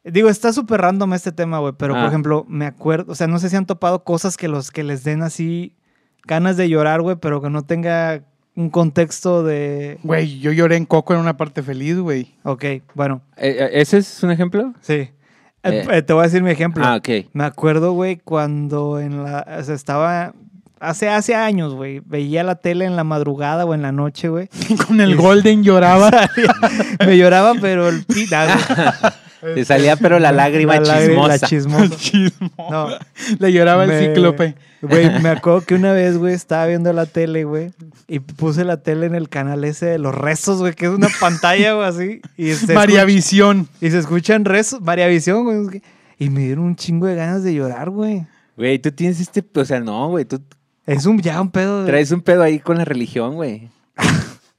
Speaker 6: Digo, está súper random este tema, güey, pero por
Speaker 2: Ah.
Speaker 6: ejemplo, me acuerdo, o sea, no sé si han topado cosas que los que les den así ganas de llorar, güey, pero que no tenga un contexto de...
Speaker 5: Güey, yo lloré en Coco en una parte feliz, güey.
Speaker 6: Ok, bueno,
Speaker 2: Eh, eh, ¿Ese es un ejemplo?
Speaker 6: sí. Eh,
Speaker 2: Eh.
Speaker 6: eh, te voy a decir mi ejemplo.
Speaker 2: Ah, ok.
Speaker 6: Me acuerdo, güey, cuando en la, o sea, estaba... Hace, hace años, güey, veía la tele en la madrugada o en la noche, güey.
Speaker 5: Con el Golden lloraba.
Speaker 6: Me lloraba, pero el... pi- nah, güey.
Speaker 2: Te salía, pero la lágrima
Speaker 6: lágrima, la
Speaker 2: chismosa.
Speaker 6: chismosa.
Speaker 5: Chismo.
Speaker 6: No,
Speaker 5: Le lloraba
Speaker 6: Me-
Speaker 5: el cíclope.
Speaker 6: Güey, me acuerdo que una vez, güey, estaba viendo la tele, güey, y puse la tele en el canal ese de los rezos, güey, que es una pantalla, güey, así. Y se,
Speaker 5: María
Speaker 6: escucha-
Speaker 5: Visión.
Speaker 6: y se escuchan rezos, María Visión, güey. es que- Y me dieron un chingo de ganas de llorar, güey.
Speaker 2: Güey, tú tienes este... O sea, no, güey. Tú
Speaker 6: Es un ya un pedo de...
Speaker 2: traes un pedo ahí con la religión, güey.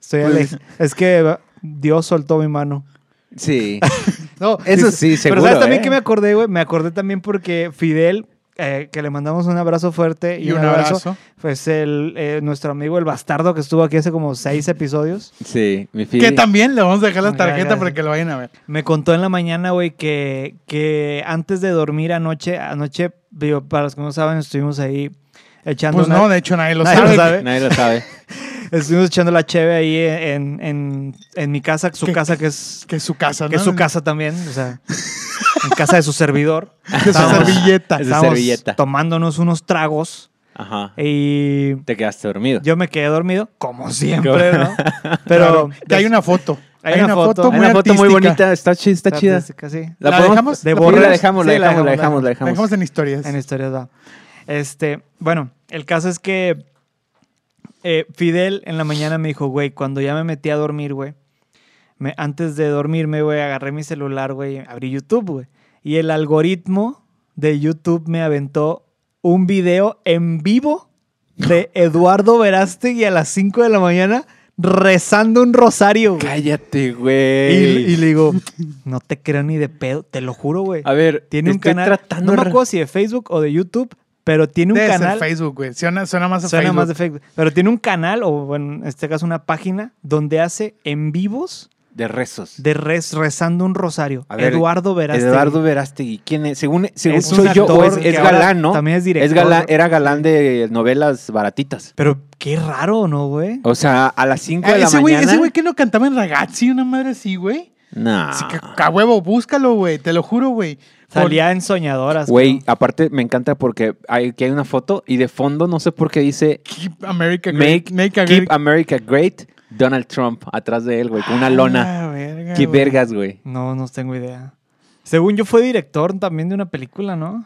Speaker 6: Estoy ale- Es que va- Dios soltó mi mano.
Speaker 2: Sí.
Speaker 6: No,
Speaker 2: Eso sí,
Speaker 6: Pero
Speaker 2: seguro,
Speaker 6: ¿sabes también
Speaker 2: ¿eh?
Speaker 6: que me acordé, güey? Me acordé también porque Fidel, eh, que le mandamos un abrazo fuerte y, un abrazo, pues el, eh, nuestro amigo el bastardo que estuvo aquí hace como seis episodios.
Speaker 2: Sí, mi
Speaker 5: Que
Speaker 2: fili-
Speaker 5: también le vamos a dejar la
Speaker 6: Gracias.
Speaker 5: tarjeta para que lo vayan a ver.
Speaker 6: Me contó en la mañana, güey, que, que antes de dormir anoche, anoche, digo, para los que no saben, estuvimos ahí echando,
Speaker 5: Pues
Speaker 6: una-
Speaker 5: no, de hecho nadie lo
Speaker 6: Nadie
Speaker 5: sabe.
Speaker 6: lo sabe.
Speaker 2: Nadie lo sabe.
Speaker 6: estuvimos echando la cheve ahí en, en- en mi casa, su
Speaker 5: Que-
Speaker 6: casa que es,
Speaker 5: Que es su casa, ¿no?
Speaker 6: que es su casa también, o sea, en casa de su servidor.
Speaker 5: Que es su
Speaker 6: Estábamos-
Speaker 5: servilleta.
Speaker 2: Es de
Speaker 6: estábamos
Speaker 2: servilleta.
Speaker 6: tomándonos unos tragos
Speaker 2: Ajá.
Speaker 6: y
Speaker 2: Te quedaste dormido.
Speaker 6: yo me quedé dormido, como siempre, ¿no? Pero
Speaker 5: Pero que hay una foto.
Speaker 6: Hay una foto.
Speaker 2: Hay una foto muy
Speaker 5: artística.
Speaker 2: bonita. Está, chi- está chida.
Speaker 6: Artística, sí.
Speaker 5: ¿La
Speaker 2: podemos-
Speaker 5: dejamos?
Speaker 2: Sí,
Speaker 6: ¿De
Speaker 2: la
Speaker 6: borras?
Speaker 2: dejamos, la
Speaker 6: Sí,
Speaker 2: dejamos, la dejamos, la
Speaker 5: La
Speaker 2: dejamos.
Speaker 5: dejamos en historias.
Speaker 6: En historias va. Este, bueno, el caso es que eh, Fidel en la mañana me dijo, güey, cuando ya me metí a dormir, güey, me- antes de dormirme, güey, agarré mi celular, güey, abrí YouTube, güey. Y el algoritmo de YouTube me aventó un video en vivo de Eduardo Verástegui a las 5 de la mañana rezando un rosario, güey.
Speaker 2: Cállate,
Speaker 6: Y,
Speaker 2: güey.
Speaker 6: y le digo, no te creo ni de pedo, te lo juro, güey.
Speaker 2: A ver,
Speaker 6: Tiene un
Speaker 2: estoy
Speaker 6: canal.
Speaker 2: tratando
Speaker 6: no me
Speaker 2: de-
Speaker 6: acuerdo si de Facebook o de YouTube, pero tiene un
Speaker 5: Debe ser
Speaker 6: canal.
Speaker 5: Facebook, güey. Suena, suena más a
Speaker 6: Suena
Speaker 5: Facebook.
Speaker 6: más de Facebook. Pero tiene un canal, o bueno, en este caso una página, donde hace en vivos
Speaker 2: de rezos.
Speaker 6: de res, rezando un rosario.
Speaker 2: A ver,
Speaker 6: Eduardo Verástegui.
Speaker 2: Eduardo Verástegui, ¿quién es? Según, según
Speaker 6: Es un
Speaker 2: soy yo, o es,
Speaker 6: actor
Speaker 2: es
Speaker 6: que ahora
Speaker 2: galán, ¿no?
Speaker 6: también es director.
Speaker 2: galán, era galán de novelas baratitas.
Speaker 6: Pero qué raro, ¿no, güey?
Speaker 2: O sea, a las 5 de
Speaker 5: Ah,
Speaker 2: la
Speaker 5: ese güey,
Speaker 2: mañana.
Speaker 5: ese güey que no cantaba en Ragazzi, una madre así, güey.
Speaker 2: Nah.
Speaker 5: Así que,
Speaker 2: Ah.
Speaker 5: a huevo, búscalo, güey. Te lo juro, güey.
Speaker 6: Salía en soñadoras.
Speaker 2: Güey,
Speaker 6: creo.
Speaker 2: aparte me encanta porque hay, aquí hay una foto y de fondo no sé por qué dice
Speaker 5: Keep America
Speaker 2: Make,
Speaker 5: Great. Make a
Speaker 2: Keep
Speaker 5: great-
Speaker 2: America Great Donald Trump atrás de él, güey, con una lona.
Speaker 5: Ah, verga,
Speaker 2: qué
Speaker 5: güey.
Speaker 2: vergas, güey.
Speaker 6: No, no tengo idea. Según yo, fue director también de una película, ¿no?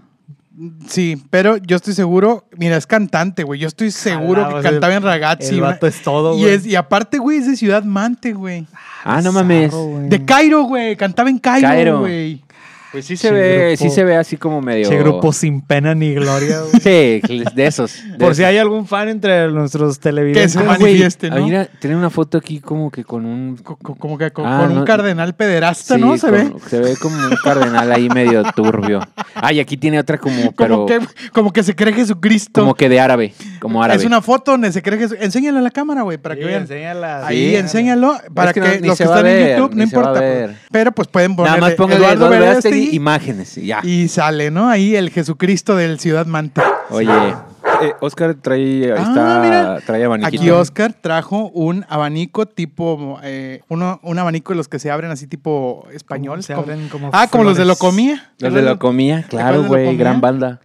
Speaker 5: Sí, pero yo estoy seguro. Mira, es cantante, güey. Yo estoy seguro
Speaker 6: Ojalá, o
Speaker 5: que
Speaker 6: sea,
Speaker 5: cantaba en Ragazzi.
Speaker 6: El
Speaker 5: una-
Speaker 6: vato es todo,
Speaker 5: y,
Speaker 6: güey.
Speaker 5: es, y aparte, güey, es de Ciudad Mante, güey.
Speaker 2: Ah, no mames.
Speaker 6: Bizarro, güey.
Speaker 5: De Cairo, güey. Cantaba en
Speaker 2: Cairo.
Speaker 5: Cairo, güey.
Speaker 2: Pues sí se
Speaker 6: Che,
Speaker 2: ve,
Speaker 6: grupo-
Speaker 2: sí se ve así como medio.
Speaker 6: Che, grupo sin pena ni gloria, güey.
Speaker 2: Sí, de esos. de
Speaker 6: Por si
Speaker 2: esos.
Speaker 6: hay algún fan entre nuestros
Speaker 5: Que
Speaker 6: televidentes.
Speaker 5: se manifieste,
Speaker 2: Ah,
Speaker 5: ¿no?
Speaker 2: mira, tiene una foto aquí como que con un.
Speaker 5: Co- co- Como que co- con,
Speaker 2: Ah,
Speaker 5: un
Speaker 2: no.
Speaker 5: cardenal pederasta,
Speaker 2: sí,
Speaker 5: ¿no? Se
Speaker 2: con-
Speaker 5: ve.
Speaker 2: Se ve como un cardenal ahí medio turbio. Ay, aquí tiene otra como,
Speaker 5: Como
Speaker 2: pero.
Speaker 5: que, como que se cree Jesucristo.
Speaker 2: como que de árabe. Como árabe.
Speaker 5: Es una foto donde se cree Jesús. Enséñala a la cámara, güey, para que vean.
Speaker 6: enséñala.
Speaker 5: Ahí,
Speaker 2: Sí.
Speaker 5: enséñalo. Para
Speaker 2: Es que
Speaker 5: que,
Speaker 2: no- ni
Speaker 5: los
Speaker 2: se
Speaker 5: que
Speaker 2: va a
Speaker 5: están
Speaker 2: ver,
Speaker 5: en YouTube,
Speaker 2: ni
Speaker 5: no
Speaker 2: se va a
Speaker 5: importa.
Speaker 2: ver.
Speaker 5: pues. Pero pues pueden poner
Speaker 2: Nada más póngale
Speaker 5: Eduardo
Speaker 2: Eduardo Verástegui,
Speaker 5: Verástegui
Speaker 2: imágenes y ya.
Speaker 5: y sale, ¿no? Ahí el Jesucristo del Ciudad Mante.
Speaker 2: Oye, eh, Oscar trae.
Speaker 5: Ah,
Speaker 2: Ahí está,
Speaker 5: mira.
Speaker 2: trae abaniquito.
Speaker 5: Aquí Oscar trajo un abanico tipo, eh, uno, un abanico de los que se abren así tipo español.
Speaker 6: se
Speaker 5: como-
Speaker 6: abren como
Speaker 5: ah, como los de
Speaker 6: flores.
Speaker 5: Locomía.
Speaker 2: Los de Locomía, claro,
Speaker 5: acuerdas de
Speaker 2: güey,
Speaker 5: Locomía?
Speaker 2: gran banda.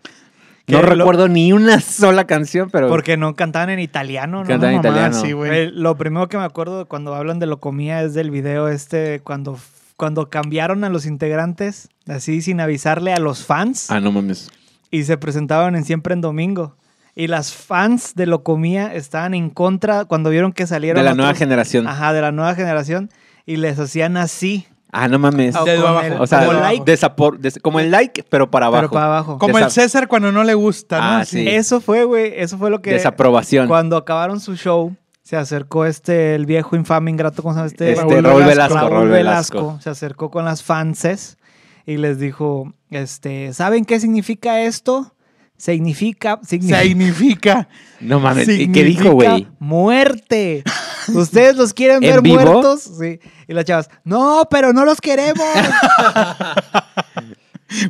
Speaker 6: Que
Speaker 2: No
Speaker 6: lo-
Speaker 2: recuerdo ni una sola canción, pero.
Speaker 6: Porque no cantaban en italiano, ¿no?
Speaker 2: Cantaban en
Speaker 5: Una mamada
Speaker 2: italiano.
Speaker 5: así, güey.
Speaker 6: Eh, Lo primero que me acuerdo de cuando hablan de Locomía es del video este, cuando, cuando cambiaron a los integrantes, así sin avisarle a los fans,
Speaker 2: Ah, no mames.
Speaker 6: y se presentaban en Siempre en Domingo. Y las fans de Locomía estaban en contra cuando vieron que salieron.
Speaker 2: De la
Speaker 6: otros-
Speaker 2: nueva generación.
Speaker 6: Ajá, de la nueva generación. Y les hacían así.
Speaker 2: Ah, no mames.
Speaker 6: o
Speaker 5: Dedo
Speaker 6: con
Speaker 5: abajo.
Speaker 6: el-
Speaker 2: O sea,
Speaker 6: como
Speaker 5: Dedo
Speaker 6: like,
Speaker 5: abajo.
Speaker 2: desapor- des- como el like, pero para abajo.
Speaker 6: pero para abajo.
Speaker 5: Como
Speaker 2: Desa-
Speaker 5: el César cuando no le gusta, ¿no?
Speaker 2: Ah,
Speaker 5: Así.
Speaker 2: sí.
Speaker 6: Eso fue, güey. Eso fue lo que.
Speaker 2: Desaprobación.
Speaker 6: Cuando acabaron su show, se acercó este, el viejo infame ingrato, ¿cómo se llama este?
Speaker 2: Este,
Speaker 5: Raúl
Speaker 2: Raúl,
Speaker 5: Velasco.
Speaker 2: Velasco,
Speaker 6: Raúl
Speaker 2: Raúl
Speaker 6: Velasco.
Speaker 2: Velasco.
Speaker 6: Se acercó con las fanses y les dijo, este, ¿saben qué significa esto? Significa, significa,
Speaker 5: Significa.
Speaker 2: No mames, ¿y ¿qué dijo,
Speaker 6: significa
Speaker 2: güey?
Speaker 6: muerte. ¿Ustedes los quieren
Speaker 2: ¿En
Speaker 6: ver
Speaker 2: vivo?
Speaker 6: muertos? Sí. Y las chavas, no, pero no los queremos.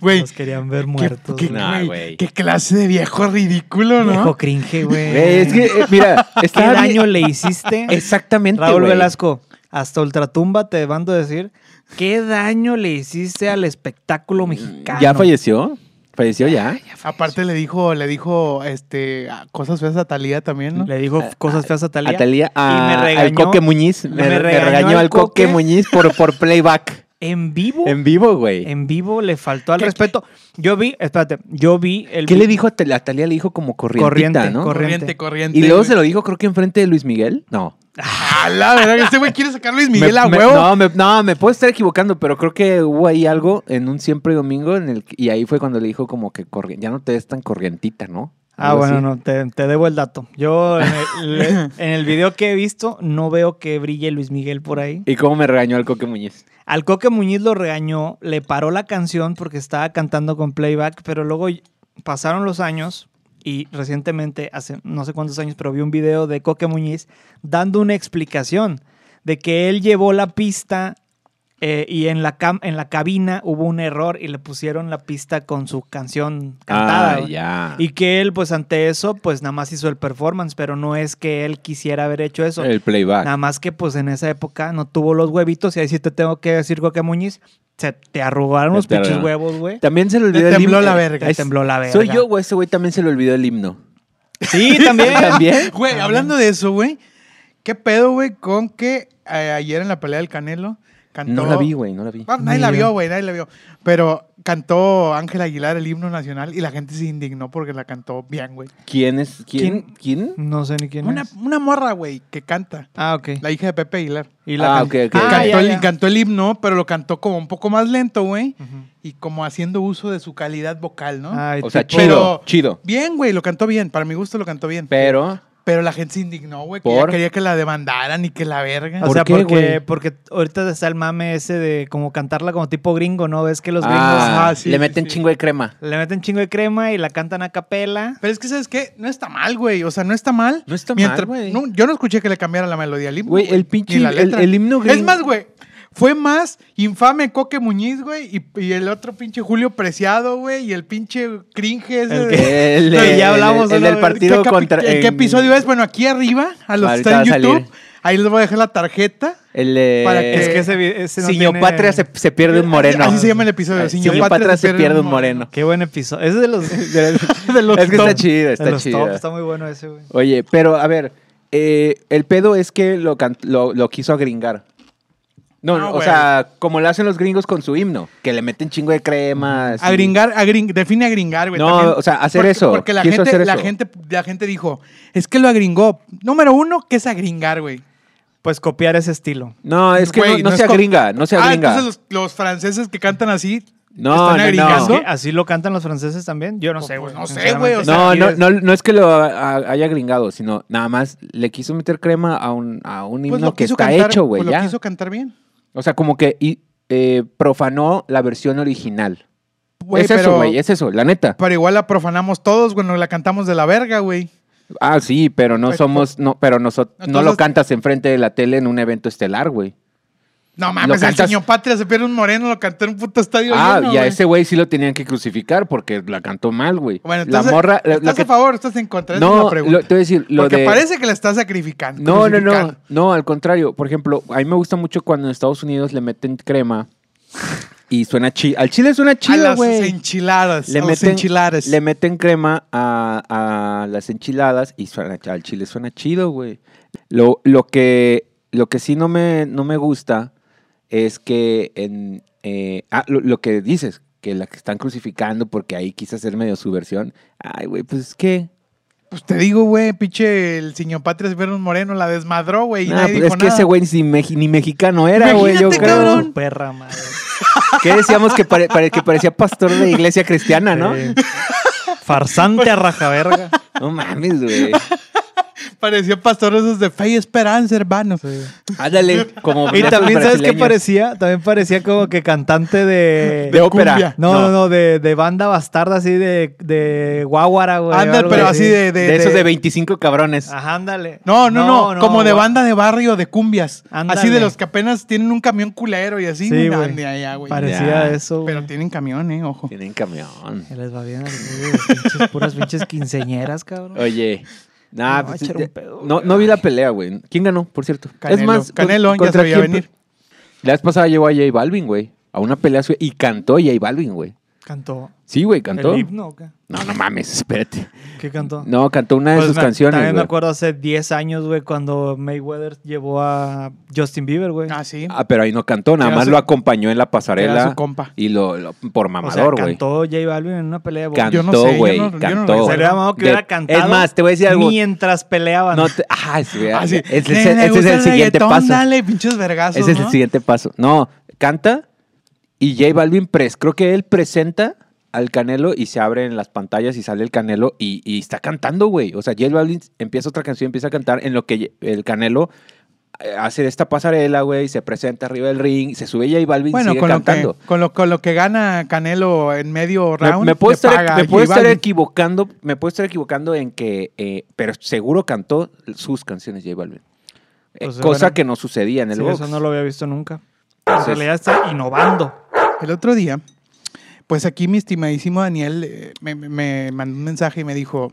Speaker 5: Güey,
Speaker 6: los querían ver
Speaker 5: qué,
Speaker 6: muertos.
Speaker 5: qué-
Speaker 6: güey.
Speaker 2: Nah,
Speaker 5: güey,
Speaker 2: güey.
Speaker 5: qué clase de viejo ridículo, ¿no?
Speaker 6: Viejo cringe, güey.
Speaker 2: Güey, es que, eh, mira,
Speaker 6: ¿Qué
Speaker 2: está
Speaker 6: daño le hiciste?
Speaker 2: Exactamente.
Speaker 6: Raúl
Speaker 2: güey.
Speaker 6: Velasco, hasta Ultratumba te mando a decir, ¿qué daño le hiciste al espectáculo mexicano?
Speaker 2: Mm, ¿Ya falleció? ¿Falleció ya?
Speaker 5: Aparte le dijo, le dijo este ah, cosas feas a Talía también, ¿no?
Speaker 6: Le dijo cosas feas a Talía.
Speaker 2: Ah, A Talía, a-
Speaker 6: y me regañó
Speaker 2: ah, al Coque Muñiz. Me,
Speaker 6: me
Speaker 2: me regañó,
Speaker 6: regañó al
Speaker 2: al Coque,
Speaker 6: Coque.
Speaker 2: Muñiz por, por playback.
Speaker 6: en vivo.
Speaker 2: En vivo, güey.
Speaker 6: En vivo le faltó al
Speaker 5: ¿Qué-
Speaker 6: respeto. Yo vi, espérate, yo vi el
Speaker 2: ¿Qué le dijo a Talía? A Talía le dijo como corrientita,
Speaker 6: Corriente,
Speaker 2: ¿no?
Speaker 6: corriente.
Speaker 5: corriente, corriente.
Speaker 2: Y luego
Speaker 5: güey.
Speaker 2: se lo dijo, creo que enfrente de Luis Miguel. No.
Speaker 5: A la verdad, este güey quiere sacar Luis Miguel
Speaker 2: Me-
Speaker 5: a
Speaker 2: me-
Speaker 5: huevo.
Speaker 2: no, me, no, me puedo estar equivocando, pero creo que hubo ahí algo en un siempre domingo en el que- y ahí fue cuando le dijo como que corri- ya no te ves tan corrientita, ¿no?
Speaker 6: Ah,
Speaker 2: Algo
Speaker 6: bueno,
Speaker 2: así.
Speaker 6: no, te, te debo el dato. Yo en el, le- en el video que he visto no veo que brille Luis Miguel por ahí.
Speaker 2: ¿Y cómo me regañó al Coque Muñiz?
Speaker 6: Al Coque Muñiz lo regañó, le paró la canción porque estaba cantando con playback, pero luego y- pasaron los años y recientemente, hace no sé cuántos años, pero vi un video de Coque Muñiz dando una explicación de que él llevó la pista eh, y en la, cam- en la cabina hubo un error y le pusieron la pista con su canción cantada.
Speaker 2: ah,
Speaker 6: güey.
Speaker 2: ya.
Speaker 6: Y que él, pues ante eso, pues nada más hizo el performance, pero no es que él quisiera haber hecho eso.
Speaker 2: el playback.
Speaker 6: Nada más que pues en esa época no tuvo los huevitos y ahí sí te tengo que decir, Coque Muñiz, se te arrugaron
Speaker 2: Se
Speaker 6: los
Speaker 2: te
Speaker 6: pinches
Speaker 2: arrugaron.
Speaker 6: huevos, güey.
Speaker 2: También se le olvidó
Speaker 5: Te
Speaker 2: el
Speaker 5: tembló
Speaker 2: himno.
Speaker 5: la verga,
Speaker 6: Te tembló la verga.
Speaker 2: Soy yo, güey, ese güey también se le olvidó el himno.
Speaker 6: Sí, también.
Speaker 2: ¿También?
Speaker 5: Güey, hablando de eso, güey, ¿qué pedo, güey, con que eh, ayer en la pelea del Canelo cantó.
Speaker 2: No la vi, güey, no la vi.
Speaker 5: Ah, nadie
Speaker 6: Ni
Speaker 5: la
Speaker 6: yo.
Speaker 5: vio, güey, nadie la vio. Pero cantó Ángel Aguilar el himno nacional y la gente se indignó porque la cantó bien, güey.
Speaker 2: ¿Quién es? ¿Quién? ¿Quién?
Speaker 6: No sé ni quién
Speaker 5: Una,
Speaker 6: es.
Speaker 5: una morra, güey, que canta.
Speaker 6: Ah, ok.
Speaker 5: La hija de Pepe Aguilar.
Speaker 6: Y la
Speaker 2: Ah,
Speaker 6: can-
Speaker 2: ok, ok.
Speaker 6: Ah,
Speaker 5: cantó,
Speaker 6: ya,
Speaker 5: el,
Speaker 6: ya.
Speaker 5: cantó el himno, pero lo cantó como un poco más lento, güey.
Speaker 6: Ujú.
Speaker 5: Y como haciendo uso de su calidad vocal, ¿no?
Speaker 6: Ay,
Speaker 2: O sea,
Speaker 6: tipo-
Speaker 2: chido,
Speaker 5: Pero-
Speaker 2: chido.
Speaker 5: Bien, güey, lo cantó bien. Para mi gusto lo cantó bien.
Speaker 2: Pero
Speaker 5: Pero la gente se indignó, güey. Que
Speaker 2: ¿Por?
Speaker 5: ya quería que la demandaran y que la verga.
Speaker 6: O
Speaker 2: ¿Por
Speaker 6: sea,
Speaker 2: qué,
Speaker 6: porque,
Speaker 2: güey?
Speaker 6: porque ahorita está el mame ese de como cantarla como tipo gringo, ¿no? Ves que los gringos
Speaker 2: ah,
Speaker 5: ah, sí,
Speaker 2: le
Speaker 5: sí,
Speaker 2: meten
Speaker 5: sí.
Speaker 2: chingo de crema.
Speaker 6: le meten chingo de crema y la cantan a capela.
Speaker 5: Pero es que, ¿sabes qué? No está mal, güey. O sea, no está mal.
Speaker 2: No está mal, güey.
Speaker 5: No, yo no escuché que le cambiara la melodía al himno.
Speaker 2: Güey, el pinche-
Speaker 5: ni la
Speaker 2: el-
Speaker 5: letra.
Speaker 2: el himno
Speaker 5: Es
Speaker 2: gringo-
Speaker 5: más, güey. Fue más infame Coque Muñiz, güey, y, y el otro pinche Julio Preciado, güey, y el pinche cringe ese.
Speaker 6: El
Speaker 5: de-
Speaker 2: El,
Speaker 5: No,
Speaker 2: el-
Speaker 6: ya hablamos
Speaker 2: el, el
Speaker 6: una
Speaker 2: del
Speaker 6: vez.
Speaker 2: partido
Speaker 5: ¿Qué capi-
Speaker 2: contra.
Speaker 5: ¿En qué
Speaker 2: en-
Speaker 5: episodio es? Bueno, aquí arriba, a los que
Speaker 2: Ahorita
Speaker 5: están en
Speaker 2: va a salir.
Speaker 5: YouTube, ahí les voy a dejar la tarjeta.
Speaker 2: El de-
Speaker 5: Para que-
Speaker 6: Es que ese, vi- ese no
Speaker 2: Sin yo
Speaker 6: tiene-
Speaker 2: patria se, se pierde un moreno.
Speaker 5: Así se llama el episodio.
Speaker 2: Sin yo patria se pierde un moreno.
Speaker 6: Qué buen episodio. Ese es de los... de
Speaker 5: De los
Speaker 2: Es que está
Speaker 5: top.
Speaker 2: chido, está
Speaker 6: los
Speaker 2: chido.
Speaker 6: top, está muy bueno ese, güey.
Speaker 2: Oye, pero a ver, eh, el pedo es que lo, can- lo, lo quiso agringar. No,
Speaker 5: No,
Speaker 2: no, o
Speaker 5: Ah, güey.
Speaker 2: sea, como lo hacen los gringos con su himno, que le meten chingo de crema. así.
Speaker 5: Agringar, agring, define agringar, güey.
Speaker 2: No,
Speaker 5: también.
Speaker 2: o sea, hacer
Speaker 5: Porque-
Speaker 2: eso,
Speaker 5: Porque la
Speaker 2: quiso
Speaker 5: gente,
Speaker 2: hacer
Speaker 5: la
Speaker 2: eso.
Speaker 5: gente, la gente dijo, es que lo agringó. Número uno, ¿qué es agringar, güey?
Speaker 6: Pues copiar ese estilo.
Speaker 2: No, es que
Speaker 5: Güey,
Speaker 2: no, no
Speaker 5: es
Speaker 2: se
Speaker 5: co-
Speaker 2: agringa, no se
Speaker 5: Ah,
Speaker 2: agringa.
Speaker 5: entonces los, los franceses que cantan así
Speaker 2: No,
Speaker 5: están
Speaker 2: no, no.
Speaker 5: agringando.
Speaker 2: ¿No?
Speaker 6: ¿Qué? ¿Así lo cantan los franceses también? Yo no
Speaker 5: Pues,
Speaker 6: sé,
Speaker 5: pues,
Speaker 6: güey.
Speaker 5: no sé,
Speaker 6: sinceramente.
Speaker 5: güey, o sea,
Speaker 2: No, no,
Speaker 5: quieres-
Speaker 2: no, no es que lo a- a- haya gringado, sino nada más le quiso meter crema a un, a un himno
Speaker 5: Pues lo
Speaker 2: que
Speaker 5: quiso
Speaker 2: está
Speaker 5: cantar,
Speaker 2: hecho, güey.
Speaker 5: pues
Speaker 2: ya.
Speaker 5: lo quiso cantar bien.
Speaker 2: O sea, como que y, eh, profanó la versión original.
Speaker 5: Güey,
Speaker 2: es eso,
Speaker 5: pero,
Speaker 2: güey, es eso, la neta.
Speaker 5: pero igual la profanamos todos, güey, nos la cantamos de la verga, güey.
Speaker 2: Ah, sí, pero no
Speaker 5: Pues,
Speaker 2: somos, no, pero nosotros no lo
Speaker 5: Entonces-
Speaker 2: cantas enfrente de la tele en un evento estelar, güey.
Speaker 5: No
Speaker 2: Lo
Speaker 5: mames,
Speaker 2: cantas-
Speaker 5: el señor Patria se pierde un moreno, lo cantó en un puto estadio
Speaker 2: Ah,
Speaker 5: lleno,
Speaker 2: y a
Speaker 5: güey.
Speaker 2: ese güey sí lo tenían que crucificar porque la cantó mal, güey.
Speaker 5: Bueno,
Speaker 2: la
Speaker 5: entonces,
Speaker 2: morra, la- la
Speaker 5: ¿estás a
Speaker 2: que-
Speaker 5: favor o estás en contra? Esa es
Speaker 2: no,
Speaker 5: la pregunta.
Speaker 2: lo- te voy a decir, lo
Speaker 5: Porque
Speaker 2: de-
Speaker 5: parece que la estás sacrificando.
Speaker 2: No, no, no,
Speaker 5: crucificando.
Speaker 2: no, al contrario. Por ejemplo, a mí me gusta mucho cuando en Estados Unidos le meten crema y suena chido. Al chile suena
Speaker 5: a
Speaker 2: chido,
Speaker 5: las
Speaker 2: güey.
Speaker 5: enchiladas.
Speaker 2: Le
Speaker 5: a las
Speaker 2: meten,
Speaker 5: enchiladas.
Speaker 2: le meten crema a, a las enchiladas y suena, al chile suena chido, güey. Lo, lo, que, lo que sí no me, no me gusta es que en, eh, ah, lo, lo que dices, que la que están crucificando porque ahí quiso hacer medio su versión. Ay, güey, pues es que...
Speaker 5: Pues te digo, güey, pinche el señor Patria se pierde un moreno, la desmadró, güey. y
Speaker 2: Nah,
Speaker 5: nadie
Speaker 2: pues
Speaker 5: dijo
Speaker 2: es que
Speaker 5: nada.
Speaker 2: ese güey ni, meji- ni mexicano era, güey, yo
Speaker 5: Imagínate,
Speaker 2: creo.
Speaker 5: cabrón.
Speaker 6: Perra madre.
Speaker 2: ¿Qué decíamos que, pare- pare- que parecía pastor de iglesia cristiana, Ah, no?
Speaker 6: Eh, Farsante a rajaverga.
Speaker 2: No mames, güey.
Speaker 5: Parecía pastores esos de fe y esperanza, hermano.
Speaker 2: Ándale, como
Speaker 6: Y
Speaker 2: de esos
Speaker 6: también, ¿sabes qué
Speaker 2: brasileños.
Speaker 6: parecía? También parecía como que cantante de...
Speaker 2: De ópera.
Speaker 5: cumbia.
Speaker 6: No, no, no, de, de banda bastarda así de, de guaguara, güey. o
Speaker 5: Ándale,
Speaker 6: algo
Speaker 5: pero así de... de-
Speaker 2: De esos de 25 cabrones.
Speaker 6: Ajá, ándale.
Speaker 5: No, no, no, como de
Speaker 6: gua-
Speaker 5: banda de barrio, de cumbias.
Speaker 6: Ándale.
Speaker 5: Así de los que apenas tienen un camión culero y así.
Speaker 6: Sí,
Speaker 5: mira,
Speaker 6: güey.
Speaker 5: de allá, güey.
Speaker 6: Parecía
Speaker 2: Ya.
Speaker 6: eso, güey.
Speaker 5: Pero tienen camión, eh, ojo.
Speaker 2: Tienen camión.
Speaker 6: Que les va bien a los güeyes, pinches- puras pinches quinceñeras, cabrón.
Speaker 2: Oye. Nah,
Speaker 6: Me voy a
Speaker 2: pues,
Speaker 6: echar
Speaker 2: ya-
Speaker 6: un pedo,
Speaker 2: no, no vi la pelea, güey. ¿Quién ganó, por cierto?
Speaker 5: Canelo. Canelo, ya se veía
Speaker 2: quién pe-
Speaker 5: venir.
Speaker 2: La vez pasada llevó a J Balvin, güey. A una pelea suya. Y cantó J Balvin, güey.
Speaker 6: ¿Cantó?
Speaker 2: Sí, güey, cantó.
Speaker 6: ¿El himno o qué?
Speaker 2: No, no mames, espérate.
Speaker 6: ¿Qué cantó?
Speaker 2: No, cantó una de
Speaker 6: Pues
Speaker 2: sus
Speaker 6: me-
Speaker 2: canciones,
Speaker 6: También me
Speaker 2: güey.
Speaker 6: acuerdo hace 10 años, güey, cuando Mayweather llevó a Justin Bieber, güey.
Speaker 5: Ah, sí.
Speaker 2: Ah, pero ahí no cantó, nada
Speaker 5: Era
Speaker 2: más
Speaker 5: su-
Speaker 2: lo acompañó en la pasarela.
Speaker 5: era su compa.
Speaker 2: Y lo, lo- por
Speaker 6: o sea,
Speaker 2: mamador, güey.
Speaker 6: cantó J Balvin en una pelea de boxeo.
Speaker 5: Yo no
Speaker 2: cantó,
Speaker 5: sé, yo
Speaker 2: güey.
Speaker 5: no- yo no
Speaker 2: cantó.
Speaker 5: recuerdo.
Speaker 6: Se le hubiera mamado que
Speaker 2: De-
Speaker 6: hubiera cantado
Speaker 2: Es más, te voy a decir algo.
Speaker 6: Mientras peleaban.
Speaker 2: No te- ah, es-
Speaker 5: Ah, sí.
Speaker 2: ese es-
Speaker 5: Nene,
Speaker 2: ese
Speaker 5: ¿le
Speaker 2: es
Speaker 5: gusta
Speaker 2: el siguiente
Speaker 5: reggaetón?
Speaker 2: paso.
Speaker 5: Dale, pinches vergazos,
Speaker 2: Ese es el
Speaker 5: ¿no?
Speaker 2: siguiente paso. No, canta y J Balvin pres, creo que él presenta al Canelo y se abren las pantallas y sale el Canelo y, y está cantando, güey. O sea, J Balvin empieza otra canción, empieza a cantar en lo que el Canelo eh, hace esta pasarela, güey, se presenta arriba del ring, se sube J Balvin y
Speaker 5: Bueno,
Speaker 2: sigue
Speaker 5: con lo, que,
Speaker 2: cantando.
Speaker 5: con, lo, con lo que gana Canelo en medio
Speaker 2: Me,
Speaker 5: round.
Speaker 2: me puedo,
Speaker 5: le
Speaker 2: estar, e-
Speaker 5: paga
Speaker 2: me
Speaker 5: a
Speaker 2: puedo
Speaker 5: J
Speaker 2: estar
Speaker 5: Balvin.
Speaker 2: equivocando, me puedo estar equivocando en que, eh, pero seguro cantó sus canciones J Balvin. Eh,
Speaker 6: Pues,
Speaker 2: cosa
Speaker 6: bueno.
Speaker 2: que no sucedía en el
Speaker 6: Sí,
Speaker 2: box.
Speaker 6: eso no lo había visto nunca. En
Speaker 2: Entonces-
Speaker 6: realidad está innovando.
Speaker 5: El otro día, pues aquí mi estimadísimo Daniel eh, me, me- me mandó un mensaje y me dijo,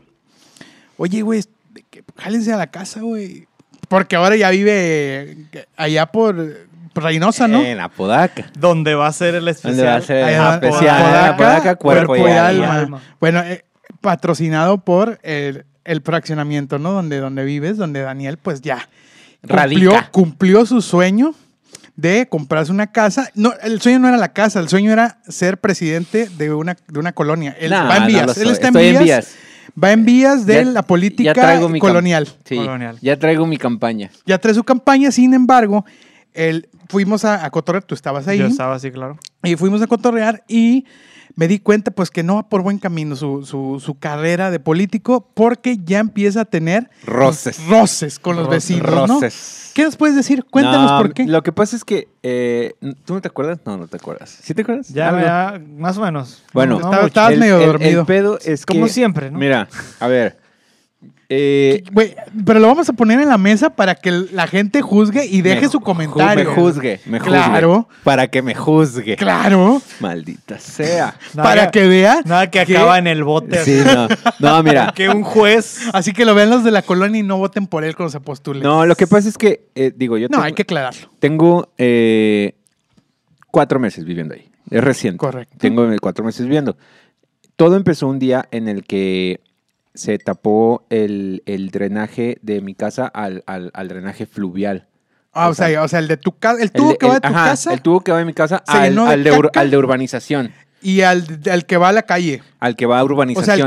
Speaker 5: oye, güey, de que- jálense a la casa, güey. Porque ahora ya vive eh, allá por por Reynosa, ¿no?
Speaker 2: En Apodaca.
Speaker 6: Donde va a ser el especial.
Speaker 2: ¿Dónde va a ser
Speaker 5: Ahí
Speaker 2: el
Speaker 5: va,
Speaker 2: especial?
Speaker 5: Apodaca,
Speaker 2: Apodaca, ¿eh? cuerpo, y alma.
Speaker 5: Bueno, eh, patrocinado por el, el fraccionamiento, ¿no? Donde, donde vives, donde Daniel, pues ya cumplió,
Speaker 2: Radica.
Speaker 5: cumplió su sueño de comprarse una casa. No, el sueño no era la casa, el sueño era ser presidente de una, de una colonia. Él
Speaker 2: No,
Speaker 5: va en
Speaker 2: no
Speaker 5: vías,
Speaker 2: lo
Speaker 5: él
Speaker 2: soy.
Speaker 5: está en
Speaker 2: Estoy
Speaker 5: vías, va en vías de
Speaker 2: Ya-
Speaker 5: la
Speaker 2: ya
Speaker 5: política
Speaker 2: traigo mi cam-
Speaker 5: colonial.
Speaker 2: Sí,
Speaker 6: Colonial.
Speaker 2: ya traigo mi campaña.
Speaker 5: Ya trae su campaña, sin embargo, él, fuimos a, a cotorrear, tú estabas ahí.
Speaker 6: Yo estaba así, claro.
Speaker 5: Y fuimos a cotorrear y me di cuenta pues que no va por buen camino su, su- su carrera de político porque ya empieza a tener
Speaker 2: Roces.
Speaker 5: roces con los
Speaker 6: Roces.
Speaker 5: vecinos, pues, ¿no?
Speaker 2: Roces.
Speaker 5: ¿Qué nos puedes decir? Cuéntanos
Speaker 2: No,
Speaker 5: por qué.
Speaker 2: Lo que pasa es que. eh, ¿Tú no te acuerdas? No, no te acuerdas. ¿Sí te acuerdas?
Speaker 6: Ya,
Speaker 2: Algo.
Speaker 6: ya, más o menos.
Speaker 2: Bueno,
Speaker 6: No,
Speaker 5: Estaba-
Speaker 6: mucho.
Speaker 5: estabas medio dormido.
Speaker 2: El pedo es
Speaker 6: Como
Speaker 2: que-
Speaker 6: siempre, ¿no?
Speaker 2: Mira, a ver. eh,
Speaker 5: Güey, pero lo vamos a poner en la mesa para que la gente juzgue y deje
Speaker 2: me
Speaker 5: su
Speaker 2: ju-
Speaker 5: comentario.
Speaker 2: Me juzgue, me juzgue.
Speaker 5: Claro.
Speaker 2: Para que me juzgue.
Speaker 5: Claro,
Speaker 2: Maldita sea.
Speaker 6: Nada
Speaker 5: para que vea.
Speaker 6: Nada que acaba en el bote.
Speaker 2: Sí, no. No, mira.
Speaker 6: Que un juez.
Speaker 5: Así que lo vean los de la colonia y no voten por él cuando se postule. No,
Speaker 2: No, lo que pasa es que, eh, digo, yo tengo,
Speaker 5: hay que aclararlo.
Speaker 2: tengo eh, cuatro meses viviendo ahí. Es reciente.
Speaker 5: Correcto.
Speaker 2: Tengo cuatro meses viviendo. Todo empezó un día en el que se tapó el, el drenaje de mi casa al, al- al drenaje fluvial.
Speaker 5: Ah, o
Speaker 2: O sea,
Speaker 5: sea, o sea, el de tu casa, el tubo
Speaker 2: El-
Speaker 5: que va
Speaker 2: el-
Speaker 5: de tu
Speaker 2: ajá,
Speaker 5: casa
Speaker 2: El tubo que va de mi casa
Speaker 5: se
Speaker 2: al,
Speaker 5: llenó de
Speaker 2: al de ur-
Speaker 5: caca.
Speaker 2: al de urbanización.
Speaker 5: y al, al que va a la calle.
Speaker 2: Al que va a
Speaker 5: O
Speaker 2: urbanización.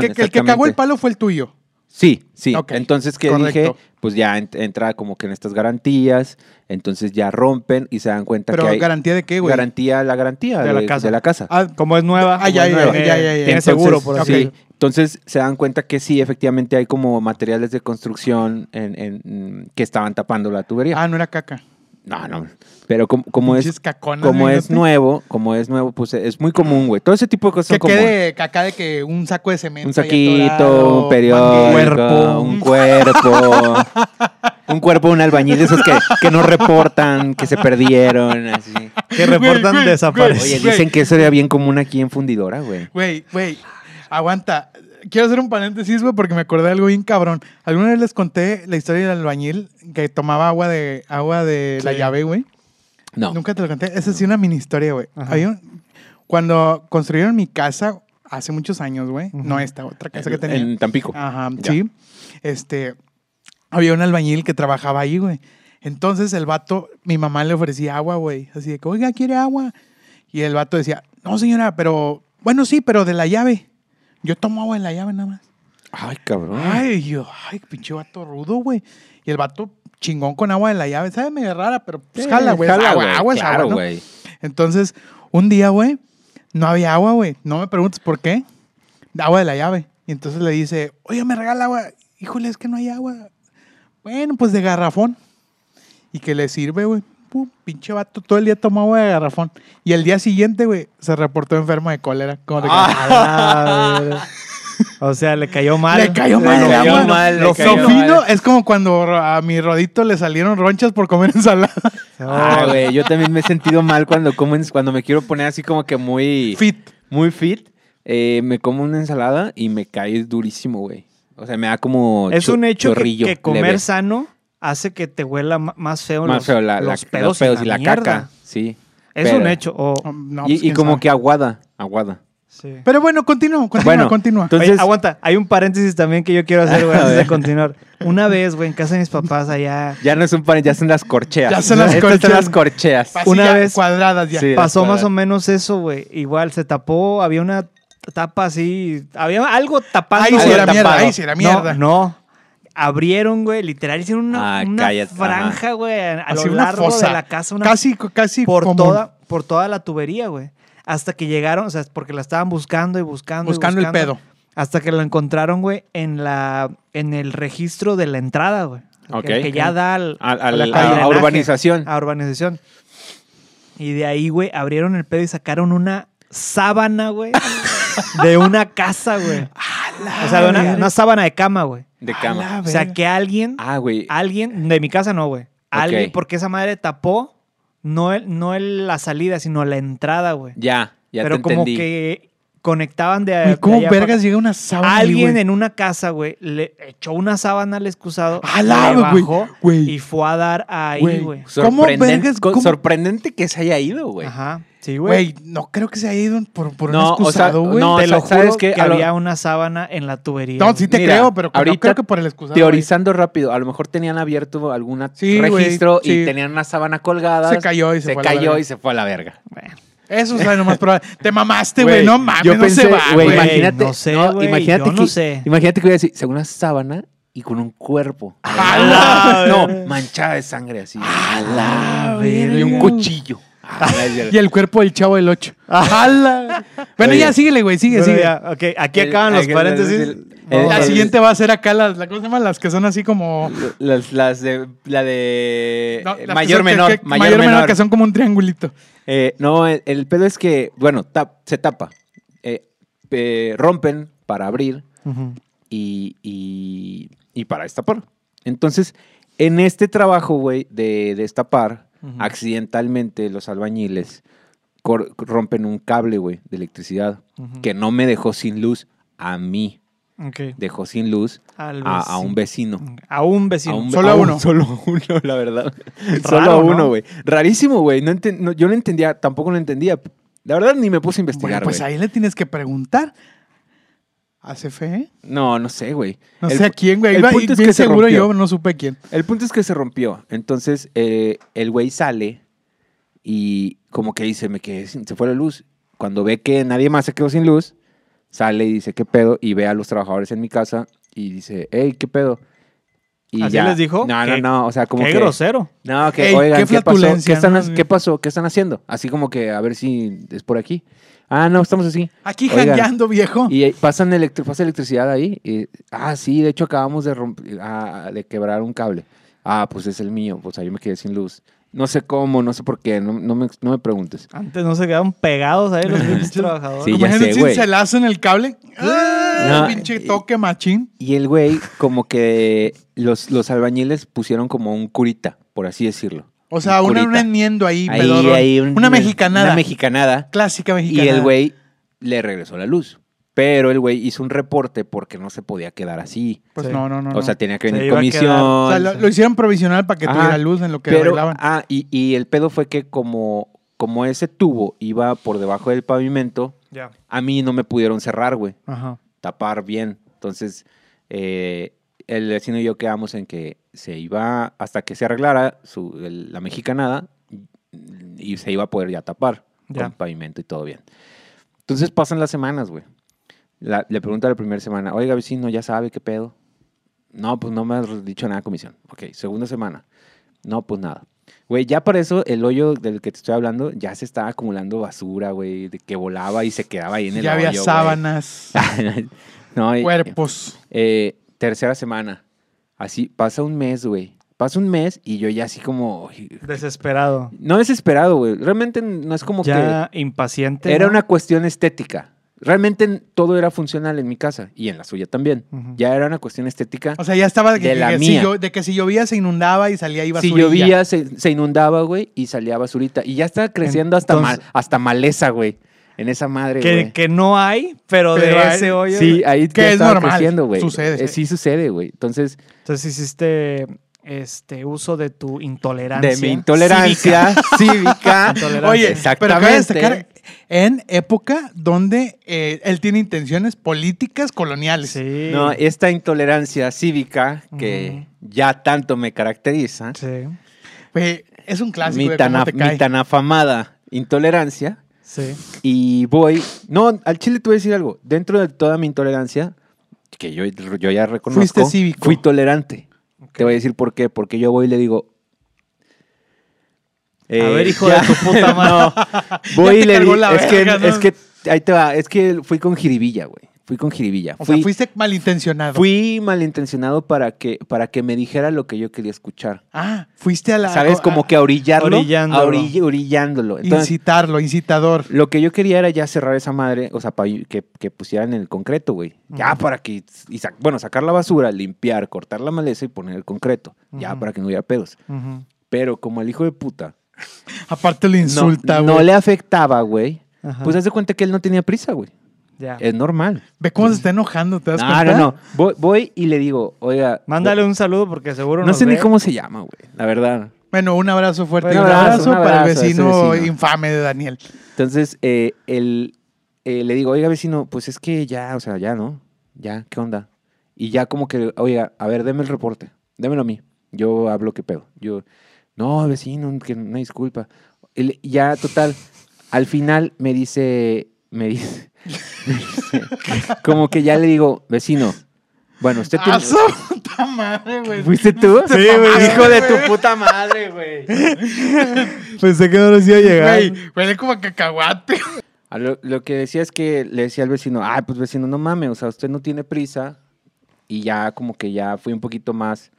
Speaker 5: sea, el que, el que cagó el
Speaker 2: exactamente.
Speaker 5: palo fue el tuyo.
Speaker 2: Sí, sí.
Speaker 5: Ok,
Speaker 2: Entonces que
Speaker 5: correcto.
Speaker 2: dije, pues ya ent- entra como que en estas garantías, entonces ya rompen y se dan cuenta
Speaker 5: Pero
Speaker 2: que hay
Speaker 5: garantía de qué, güey.
Speaker 2: garantía, la garantía
Speaker 6: De
Speaker 2: de,
Speaker 6: la casa.
Speaker 2: de la casa.
Speaker 5: Ah,
Speaker 6: Como es nueva.
Speaker 5: Ah, ya,
Speaker 6: como es
Speaker 5: ya,
Speaker 6: nueva,
Speaker 5: ya, ya, ya.
Speaker 6: Tiene
Speaker 2: Entonces,
Speaker 6: seguro, por así
Speaker 2: sí,
Speaker 6: decirlo.
Speaker 2: Entonces se dan cuenta que sí, efectivamente hay como materiales de construcción en, en- que estaban tapando la tubería.
Speaker 5: Ah, no era caca.
Speaker 2: No, no. Pero como, como
Speaker 5: Pinches
Speaker 2: es
Speaker 5: caconas,
Speaker 2: como
Speaker 5: güey,
Speaker 2: es
Speaker 5: ¿no?
Speaker 2: nuevo, como es nuevo, pues es muy común, güey. Todo ese tipo de cosas
Speaker 5: Que
Speaker 2: son comunes.
Speaker 5: quede caca de que un saco de cemento.
Speaker 2: Un
Speaker 5: ahí
Speaker 2: saquito,
Speaker 5: atorado,
Speaker 2: un periódico,
Speaker 6: Cuerpo.
Speaker 2: un cuerpo, un cuerpo, un albañil, esos que, que no reportan, que se perdieron, así.
Speaker 6: Que reportan
Speaker 5: güey,
Speaker 2: Oye,
Speaker 6: desaparecidos.
Speaker 5: Güey.
Speaker 2: dicen que eso era bien común aquí en Fundidora, güey.
Speaker 5: Güey, güey, aguanta. Quiero hacer un paréntesis, güey, porque me acordé de algo bien cabrón. Alguna vez les conté la historia del albañil que tomaba agua de agua de la
Speaker 6: Sí.
Speaker 5: llave, güey.
Speaker 2: No.
Speaker 5: Nunca te lo conté. Esa sí una mini historia, güey.
Speaker 6: Ajá.
Speaker 5: Había un- Cuando construyeron mi casa hace muchos años, güey. No esta, otra casa que tenía.
Speaker 2: En Tampico.
Speaker 5: Ajá,
Speaker 2: Ya.
Speaker 5: sí. Este, había un albañil que trabajaba ahí, güey. Entonces el vato, mi mamá le ofrecía agua, güey. Así de que, oiga, ¿quiere agua? Y el vato decía, no, señora, pero, bueno, sí, pero de la llave. Yo tomo agua en la llave nada más.
Speaker 2: Ay, cabrón.
Speaker 5: Ay, yo, ay, pinche vato rudo, güey. Y el vato chingón con agua de la llave. Sabe medio rara, pero pues
Speaker 2: Sí,
Speaker 5: jala, güey. Es
Speaker 2: jala,
Speaker 5: agua,
Speaker 2: güey,
Speaker 5: agua es
Speaker 2: claro,
Speaker 5: agua, ¿no?
Speaker 2: güey.
Speaker 5: Entonces, un día, güey, no había agua, güey. No me preguntes por qué. Agua de la llave. Y entonces le dice, oye, me regala agua. Híjole, es que no hay agua. Bueno, pues de garrafón. ¿Y que le sirve, güey? Pum, pinche vato, todo el día tomó agua de garrafón. Y el día siguiente, güey, se reportó enfermo de cólera. ¿Cómo te
Speaker 2: Ah,
Speaker 5: quedas?
Speaker 6: A la verga. O sea, le cayó mal.
Speaker 5: Le cayó mal,
Speaker 2: Le
Speaker 5: el
Speaker 2: cayó
Speaker 5: agua.
Speaker 2: mal, le
Speaker 5: Lo
Speaker 2: cayó
Speaker 5: fino
Speaker 2: mal.
Speaker 5: es como cuando ro- a mi rodito le salieron ronchas por comer ensalada.
Speaker 6: No,
Speaker 2: Ah, güey, yo también me he sentido mal cuando como ens- cuando me quiero poner así como que muy
Speaker 5: Fit.
Speaker 2: muy fit, eh, me como una ensalada y me cae durísimo, güey. O sea, me da como
Speaker 6: es
Speaker 2: cho-
Speaker 6: un hecho que,
Speaker 2: Ah, chorrillo
Speaker 6: que comer
Speaker 2: leve.
Speaker 6: sano hace que te huela ma- más feo
Speaker 2: más
Speaker 6: los,
Speaker 2: feo la- la-
Speaker 6: los pedos, y la, mierda.
Speaker 2: caca, sí.
Speaker 6: Es
Speaker 2: Pero-
Speaker 6: un hecho. o-
Speaker 5: No,
Speaker 2: y
Speaker 5: pues,
Speaker 2: y
Speaker 5: quién
Speaker 2: como
Speaker 5: sabe.
Speaker 2: que aguada, aguada.
Speaker 6: sí.
Speaker 5: Pero bueno, continúa, continúa,
Speaker 2: Bueno,
Speaker 5: continúa.
Speaker 2: entonces-
Speaker 6: Oye, aguanta, hay un paréntesis también que yo quiero hacer, güey,
Speaker 2: A
Speaker 6: antes de
Speaker 2: ver.
Speaker 6: continuar. Una vez, güey, en casa de mis papás allá
Speaker 2: Ya no es un pan, ya son las corcheas.
Speaker 5: Ya son las
Speaker 2: Estas
Speaker 5: corcheas.
Speaker 2: las corcheas.
Speaker 5: Así
Speaker 6: una
Speaker 5: ya,
Speaker 6: vez-
Speaker 5: cuadradas ya.
Speaker 2: Sí.
Speaker 6: pasó
Speaker 2: para-
Speaker 6: más o menos eso, güey. Igual se tapó, había una tapa así, había algo tapando.
Speaker 5: Ahí sí
Speaker 6: güey.
Speaker 5: era
Speaker 2: tapado.
Speaker 5: mierda, ahí sí era mierda.
Speaker 6: No, no. Abrieron, güey, literal hicieron una,
Speaker 2: Ah,
Speaker 6: una
Speaker 2: cállate,
Speaker 6: franja, güey, a, a
Speaker 5: Así
Speaker 6: lo
Speaker 5: una
Speaker 6: largo
Speaker 5: fosa.
Speaker 6: de la casa, una
Speaker 5: casi, casi
Speaker 6: por
Speaker 5: común.
Speaker 6: toda por toda la tubería, güey. Hasta que llegaron, o sea, porque la estaban buscando y buscando. y
Speaker 5: buscando el pedo.
Speaker 6: Hasta que lo encontraron, güey, en la en el registro de la entrada, güey.
Speaker 2: Ok.
Speaker 6: El que ya da al-
Speaker 2: A, a
Speaker 6: al
Speaker 2: la- a
Speaker 6: drenaje,
Speaker 2: urbanización.
Speaker 6: A urbanización. Y de ahí, güey, abrieron el pedo y sacaron una sábana, güey, de una casa, güey. O sea, de una, una sábana de cama, güey.
Speaker 2: De cama.
Speaker 6: O sea, que alguien,
Speaker 2: Ah, güey.
Speaker 6: alguien, de mi casa no, güey. Alguien,
Speaker 2: Ok.
Speaker 6: porque esa madre tapó no, el, no el- la salida, sino la entrada, güey.
Speaker 2: Ya, ya
Speaker 6: Pero
Speaker 2: te
Speaker 6: como
Speaker 2: entendí.
Speaker 6: que conectaban de,
Speaker 5: Güey,
Speaker 6: Eh, de
Speaker 5: ¿Cómo
Speaker 6: allá
Speaker 5: vergas
Speaker 6: para-
Speaker 5: llega una sábana? ahí,
Speaker 6: Alguien
Speaker 5: güey?
Speaker 6: en una casa, güey, le echó una sábana al excusado,
Speaker 5: A la
Speaker 6: le
Speaker 5: güey,
Speaker 6: bajó
Speaker 5: güey.
Speaker 6: y fue a dar ahí,
Speaker 5: Güey.
Speaker 6: güey.
Speaker 5: ¿Cómo
Speaker 2: Sorprenden-
Speaker 5: vergas-
Speaker 2: co-
Speaker 5: cómo-
Speaker 2: Sorprendente que se haya ido, güey.
Speaker 6: Ajá, sí, güey.
Speaker 5: Güey, no creo que se haya ido por, por
Speaker 2: No, o
Speaker 5: un
Speaker 2: sea,
Speaker 5: excusado, güey.
Speaker 2: no,
Speaker 6: Te
Speaker 2: o sea,
Speaker 6: lo juro
Speaker 2: ¿sabes
Speaker 6: que,
Speaker 2: qué? A lo-
Speaker 6: había una sábana en la tubería.
Speaker 5: No, sí te
Speaker 2: Mira,
Speaker 5: creo, pero no
Speaker 2: ahorita
Speaker 5: creo que por el excusado.
Speaker 2: Teorizando rápido, a lo mejor tenían abierto algún
Speaker 5: Sí, güey,
Speaker 2: registro
Speaker 5: sí.
Speaker 2: y tenían una sábana colgada.
Speaker 5: Se cayó y se fue a la
Speaker 2: cayó
Speaker 5: verga.
Speaker 2: y se fue a la verga.
Speaker 5: güey. Eso es lo más probable. Te mamaste, este güey. No mames,
Speaker 2: yo
Speaker 5: no
Speaker 2: pensé,
Speaker 5: se va,
Speaker 2: güey,
Speaker 5: güey.
Speaker 2: Imagínate,
Speaker 6: No sé,
Speaker 2: no,
Speaker 6: güey,
Speaker 2: imagínate
Speaker 6: yo no
Speaker 2: que,
Speaker 6: sé.
Speaker 2: Imagínate que hubiera sido una sábana y con un cuerpo.
Speaker 5: ¡A la
Speaker 2: no,
Speaker 5: verga!
Speaker 2: manchada de sangre así.
Speaker 5: Ah, verga!
Speaker 2: y un cuchillo. Ah, la verga.
Speaker 5: Y el cuerpo del chavo del 8. ¡Hala! Bueno,
Speaker 2: Oye.
Speaker 5: ya síguele, güey, sigue,
Speaker 6: Bueno,
Speaker 5: sigue.
Speaker 6: ya, ok, aquí
Speaker 2: El-
Speaker 6: acaban los
Speaker 2: el-
Speaker 6: paréntesis.
Speaker 2: el-
Speaker 6: Vamos
Speaker 2: el-
Speaker 6: a
Speaker 5: La
Speaker 6: ver.
Speaker 5: siguiente va a ser acá las, la- ¿cómo se llaman? Las que son así como...
Speaker 2: Las, las de. La de.
Speaker 5: no, las que
Speaker 2: Eh, mayor,
Speaker 5: son- que-
Speaker 2: menor,
Speaker 5: que-
Speaker 2: mayor, menor.
Speaker 5: que son como un triangulito.
Speaker 2: Eh, no, el, el pedo es que, bueno, tap- se tapa. Eh, eh, rompen para abrir
Speaker 6: Ujú.
Speaker 2: y, y, y para destapar. Entonces, en este trabajo, güey, de destapar,
Speaker 6: Ujú.
Speaker 2: accidentalmente los albañiles cor- rompen un cable, güey, de electricidad
Speaker 6: Ujú.
Speaker 2: que no me dejó sin luz a mí.
Speaker 6: Ok.
Speaker 2: Dejó sin luz
Speaker 6: Al
Speaker 2: a, a un vecino.
Speaker 6: A un vecino.
Speaker 2: A un- ah,
Speaker 5: Solo
Speaker 2: a un-
Speaker 5: uno.
Speaker 2: Solo a uno, la verdad. solo
Speaker 6: Raro,
Speaker 2: a
Speaker 6: ¿no?
Speaker 2: uno, güey. Rarísimo, güey. No enten- no, yo no entendía, tampoco lo entendía. La verdad, ni me puse a investigar,
Speaker 5: Bueno, pues
Speaker 2: güey.
Speaker 5: ahí le tienes que preguntar. ¿Hace fe? ¿eh?
Speaker 2: No, no sé, güey.
Speaker 5: No
Speaker 2: El
Speaker 5: sé a
Speaker 2: pu-
Speaker 5: quién, güey.
Speaker 2: el
Speaker 5: Iba-
Speaker 2: punto es
Speaker 5: bien
Speaker 2: que se
Speaker 5: seguro
Speaker 2: rompió.
Speaker 5: yo no supe quién.
Speaker 2: El punto es que se rompió. Entonces, eh, el güey sale y como que dice, me quedé sin- se fue la luz. Cuando ve que nadie más se quedó sin luz, sale y dice, ¿qué pedo? Y ve a los trabajadores en mi casa y dice, hey, ¿qué pedo? Y
Speaker 6: ¿Así les dijo?
Speaker 2: No, no,
Speaker 6: Qué-
Speaker 2: no. O sea, como
Speaker 6: Qué
Speaker 2: que...
Speaker 6: grosero.
Speaker 2: No, que
Speaker 5: Ey,
Speaker 2: oigan,
Speaker 5: qué
Speaker 2: ¿qué, pasó?
Speaker 5: flatulencia,
Speaker 2: ¿Qué, están,
Speaker 5: ¿no?
Speaker 2: ha- qué pasó? ¿Qué están haciendo? Así como que a ver si es por aquí. Ah, no, estamos así.
Speaker 5: Aquí
Speaker 2: Oigan,
Speaker 5: jangueando, viejo.
Speaker 2: Y eh, pasan electri- pasa electricidad ahí. y, ah, sí, de hecho acabamos de romper, de quebrar un cable. Ah, pues es el mío. Pues ahí yo me quedé sin luz. No sé cómo, no sé por qué, no, no me, no me preguntes.
Speaker 6: Antes no se quedaban pegados ahí los pinches trabajadores.
Speaker 2: Sí, ya
Speaker 5: Imagínate
Speaker 2: sé,
Speaker 5: un
Speaker 2: güey.
Speaker 5: cincelazo en el cable. ¡Ah!
Speaker 2: No,
Speaker 5: pinche
Speaker 2: eh,
Speaker 5: toque machín.
Speaker 2: Y el güey, como que los, los albañiles pusieron como un curita, por así decirlo.
Speaker 5: O sea, una,
Speaker 2: curita.
Speaker 5: un enmiendo ahí,
Speaker 2: Ahí-
Speaker 5: pedorrón.
Speaker 2: ahí un-
Speaker 5: una mexicanada.
Speaker 2: Una mexicanada.
Speaker 5: clásica mexicana.
Speaker 2: Y el güey le regresó la luz. Pero el güey hizo un reporte porque no se podía quedar así.
Speaker 5: Pues
Speaker 6: Sí.
Speaker 5: no, no, no.
Speaker 2: o sea,
Speaker 5: no.
Speaker 2: tenía que
Speaker 6: Se
Speaker 2: venir
Speaker 6: iba a
Speaker 2: comisión.
Speaker 6: quedar-
Speaker 5: O sea, lo, lo hicieron provisional para que
Speaker 2: Ajá.
Speaker 5: tuviera luz en lo que
Speaker 2: pero,
Speaker 5: arreglaban.
Speaker 2: ah, y, y el pedo fue que como, como ese tubo iba por debajo del pavimento,
Speaker 6: Ya.
Speaker 2: a mí no me pudieron cerrar, güey.
Speaker 6: Ajá.
Speaker 2: Tapar bien. Entonces, eh, el vecino y yo quedamos en que se iba, hasta que se arreglara su- el- la mexicanada, y se iba a poder ya tapar
Speaker 6: Ya.
Speaker 2: con pavimento y todo bien. Entonces pasan las semanas, güey. La- le pregunto a la primera semana, oiga, vecino, ¿ya sabe qué pedo? No, pues no me has dicho nada, comisión. Ok, segunda semana. No, pues nada. Güey, ya para eso el hoyo del que te estoy hablando ya se estaba acumulando basura, güey, de que volaba y se quedaba ahí en el
Speaker 5: ya había
Speaker 2: hoyo, güey.
Speaker 5: sábanas,
Speaker 2: no, y-
Speaker 5: cuerpos.
Speaker 2: eh, tercera semana. Así pasa un mes, güey. Pasa un mes y yo ya así como...
Speaker 6: Desesperado.
Speaker 2: No desesperado, güey. Realmente no es como que...
Speaker 6: ya impaciente.
Speaker 2: Era
Speaker 6: ¿no?
Speaker 2: una cuestión estética. Realmente n- todo era funcional en mi casa y en la suya también.
Speaker 6: Ujú.
Speaker 2: Ya era una cuestión estética.
Speaker 5: O sea, ya estaba de que,
Speaker 2: De la
Speaker 5: que si
Speaker 2: mía.
Speaker 5: llo- de que si llovía se inundaba y salía y
Speaker 2: si
Speaker 5: basurilla.
Speaker 2: llovía, se, se inundaba, güey, y salía basurita. Y ya estaba creciendo hasta, ma-
Speaker 6: Entonces-
Speaker 2: hasta maleza, güey. En esa madre,
Speaker 6: Que,
Speaker 2: güey.
Speaker 6: que no hay, pero,
Speaker 5: Pero
Speaker 6: de
Speaker 5: hay-
Speaker 6: ese hoyo.
Speaker 2: Sí, ahí
Speaker 5: que
Speaker 2: ya
Speaker 5: es
Speaker 2: estaba
Speaker 5: normal,
Speaker 2: creciendo, güey.
Speaker 5: sucede,
Speaker 2: Eh,
Speaker 5: sí.
Speaker 2: sí sucede, güey. Entonces,
Speaker 6: Entonces hiciste este uso de tu intolerancia.
Speaker 2: de mi intolerancia cívica.
Speaker 5: Oye, pero cabe
Speaker 2: exactamente.
Speaker 5: destacar en época donde eh, él tiene intenciones políticas coloniales.
Speaker 6: Sí.
Speaker 2: No, esta intolerancia cívica que ya tanto me caracteriza.
Speaker 6: Sí.
Speaker 5: Güey, es un clásico
Speaker 2: mi
Speaker 5: de
Speaker 2: tan,
Speaker 5: cómo
Speaker 2: af-
Speaker 5: te
Speaker 2: mi
Speaker 5: cae.
Speaker 2: tan afamada intolerancia.
Speaker 6: Sí.
Speaker 2: Y voy. No, al chile te voy a decir algo. Dentro de toda mi intolerancia, que yo, yo ya reconozco.
Speaker 5: Fuiste cívico.
Speaker 2: Fui tolerante. Te voy a decir por qué. Porque yo voy y le digo. eh,
Speaker 6: ver, hijo
Speaker 2: ya.
Speaker 6: de tu puta madre.
Speaker 2: No, voy
Speaker 5: Ya
Speaker 2: y
Speaker 5: te
Speaker 2: le
Speaker 5: cargó
Speaker 2: digo.
Speaker 5: la
Speaker 2: Es, que,
Speaker 5: verga, ¿no?
Speaker 2: es que. Ahí te va. Es que fui con jiribilla, güey. Fui con jiribilla.
Speaker 5: O
Speaker 2: fui,
Speaker 5: sea, fuiste malintencionado.
Speaker 2: fui malintencionado para que, para que me dijera lo que yo quería escuchar.
Speaker 5: Ah, fuiste a la.
Speaker 2: ¿Sabes?
Speaker 5: a-
Speaker 2: Como que a orillarlo.
Speaker 6: Orillándolo.
Speaker 2: A orill- orillándolo. Entonces,
Speaker 5: Incitarlo, incitador.
Speaker 2: lo que yo quería era ya cerrar esa madre, o sea, pa- que, que pusieran el concreto, güey. Ya
Speaker 6: Ujú.
Speaker 2: para que, y sa- bueno, sacar la basura, limpiar, cortar la maleza y poner el concreto. Ya
Speaker 6: Ujú.
Speaker 2: para que no hubiera pedos.
Speaker 6: Ujú.
Speaker 2: Pero como el hijo de puta
Speaker 5: Aparte lo
Speaker 2: no-
Speaker 5: insulta,
Speaker 2: no,
Speaker 5: güey.
Speaker 2: le afectaba, güey,
Speaker 6: Ajá.
Speaker 2: pues haz de cuenta que él no tenía prisa, güey.
Speaker 5: Ah.
Speaker 6: Ya.
Speaker 2: Es normal.
Speaker 5: Ve cómo se está enojando, ¿te das
Speaker 2: No,
Speaker 5: cuenta?
Speaker 2: no, no. Voy, voy y le digo, oiga.
Speaker 6: Mándale un saludo porque seguro
Speaker 2: No
Speaker 6: nos
Speaker 2: sé
Speaker 5: ¿eh?
Speaker 2: ni
Speaker 6: ve.
Speaker 2: cómo se llama, güey, la verdad.
Speaker 5: Bueno, un abrazo fuerte.
Speaker 2: Un
Speaker 5: y un
Speaker 2: abrazo,
Speaker 5: abrazo,
Speaker 2: un
Speaker 5: para el
Speaker 2: abrazo a ese
Speaker 5: vecino,
Speaker 2: vecino.
Speaker 5: infame de Daniel.
Speaker 2: Entonces, eh, el- eh, le digo, oiga, vecino, pues es que ya, o sea, ya, ¿no? Ya, ¿qué onda? Y ya como que, oiga, a ver, deme el reporte, démelo a mí. Yo hablo qué pedo. Yo, no, vecino, que una disculpa. Y le- y ya, total, al final me dice, me dice, me dice, como que ya le digo, vecino, bueno, usted tiene...
Speaker 5: ¡A ¡Ah, su puta madre, güey!
Speaker 2: ¿Fuiste tú?
Speaker 5: Sí, güey.
Speaker 2: Hijo de tu puta madre, güey.
Speaker 6: Pensé que no nos iba a llegar.
Speaker 5: Güey, huele como a cacahuate.
Speaker 2: A Lo, lo que decía es que le decía al vecino, ah, pues vecino, no mames, o sea, usted no tiene prisa. Y ya como que ya fui un poquito más...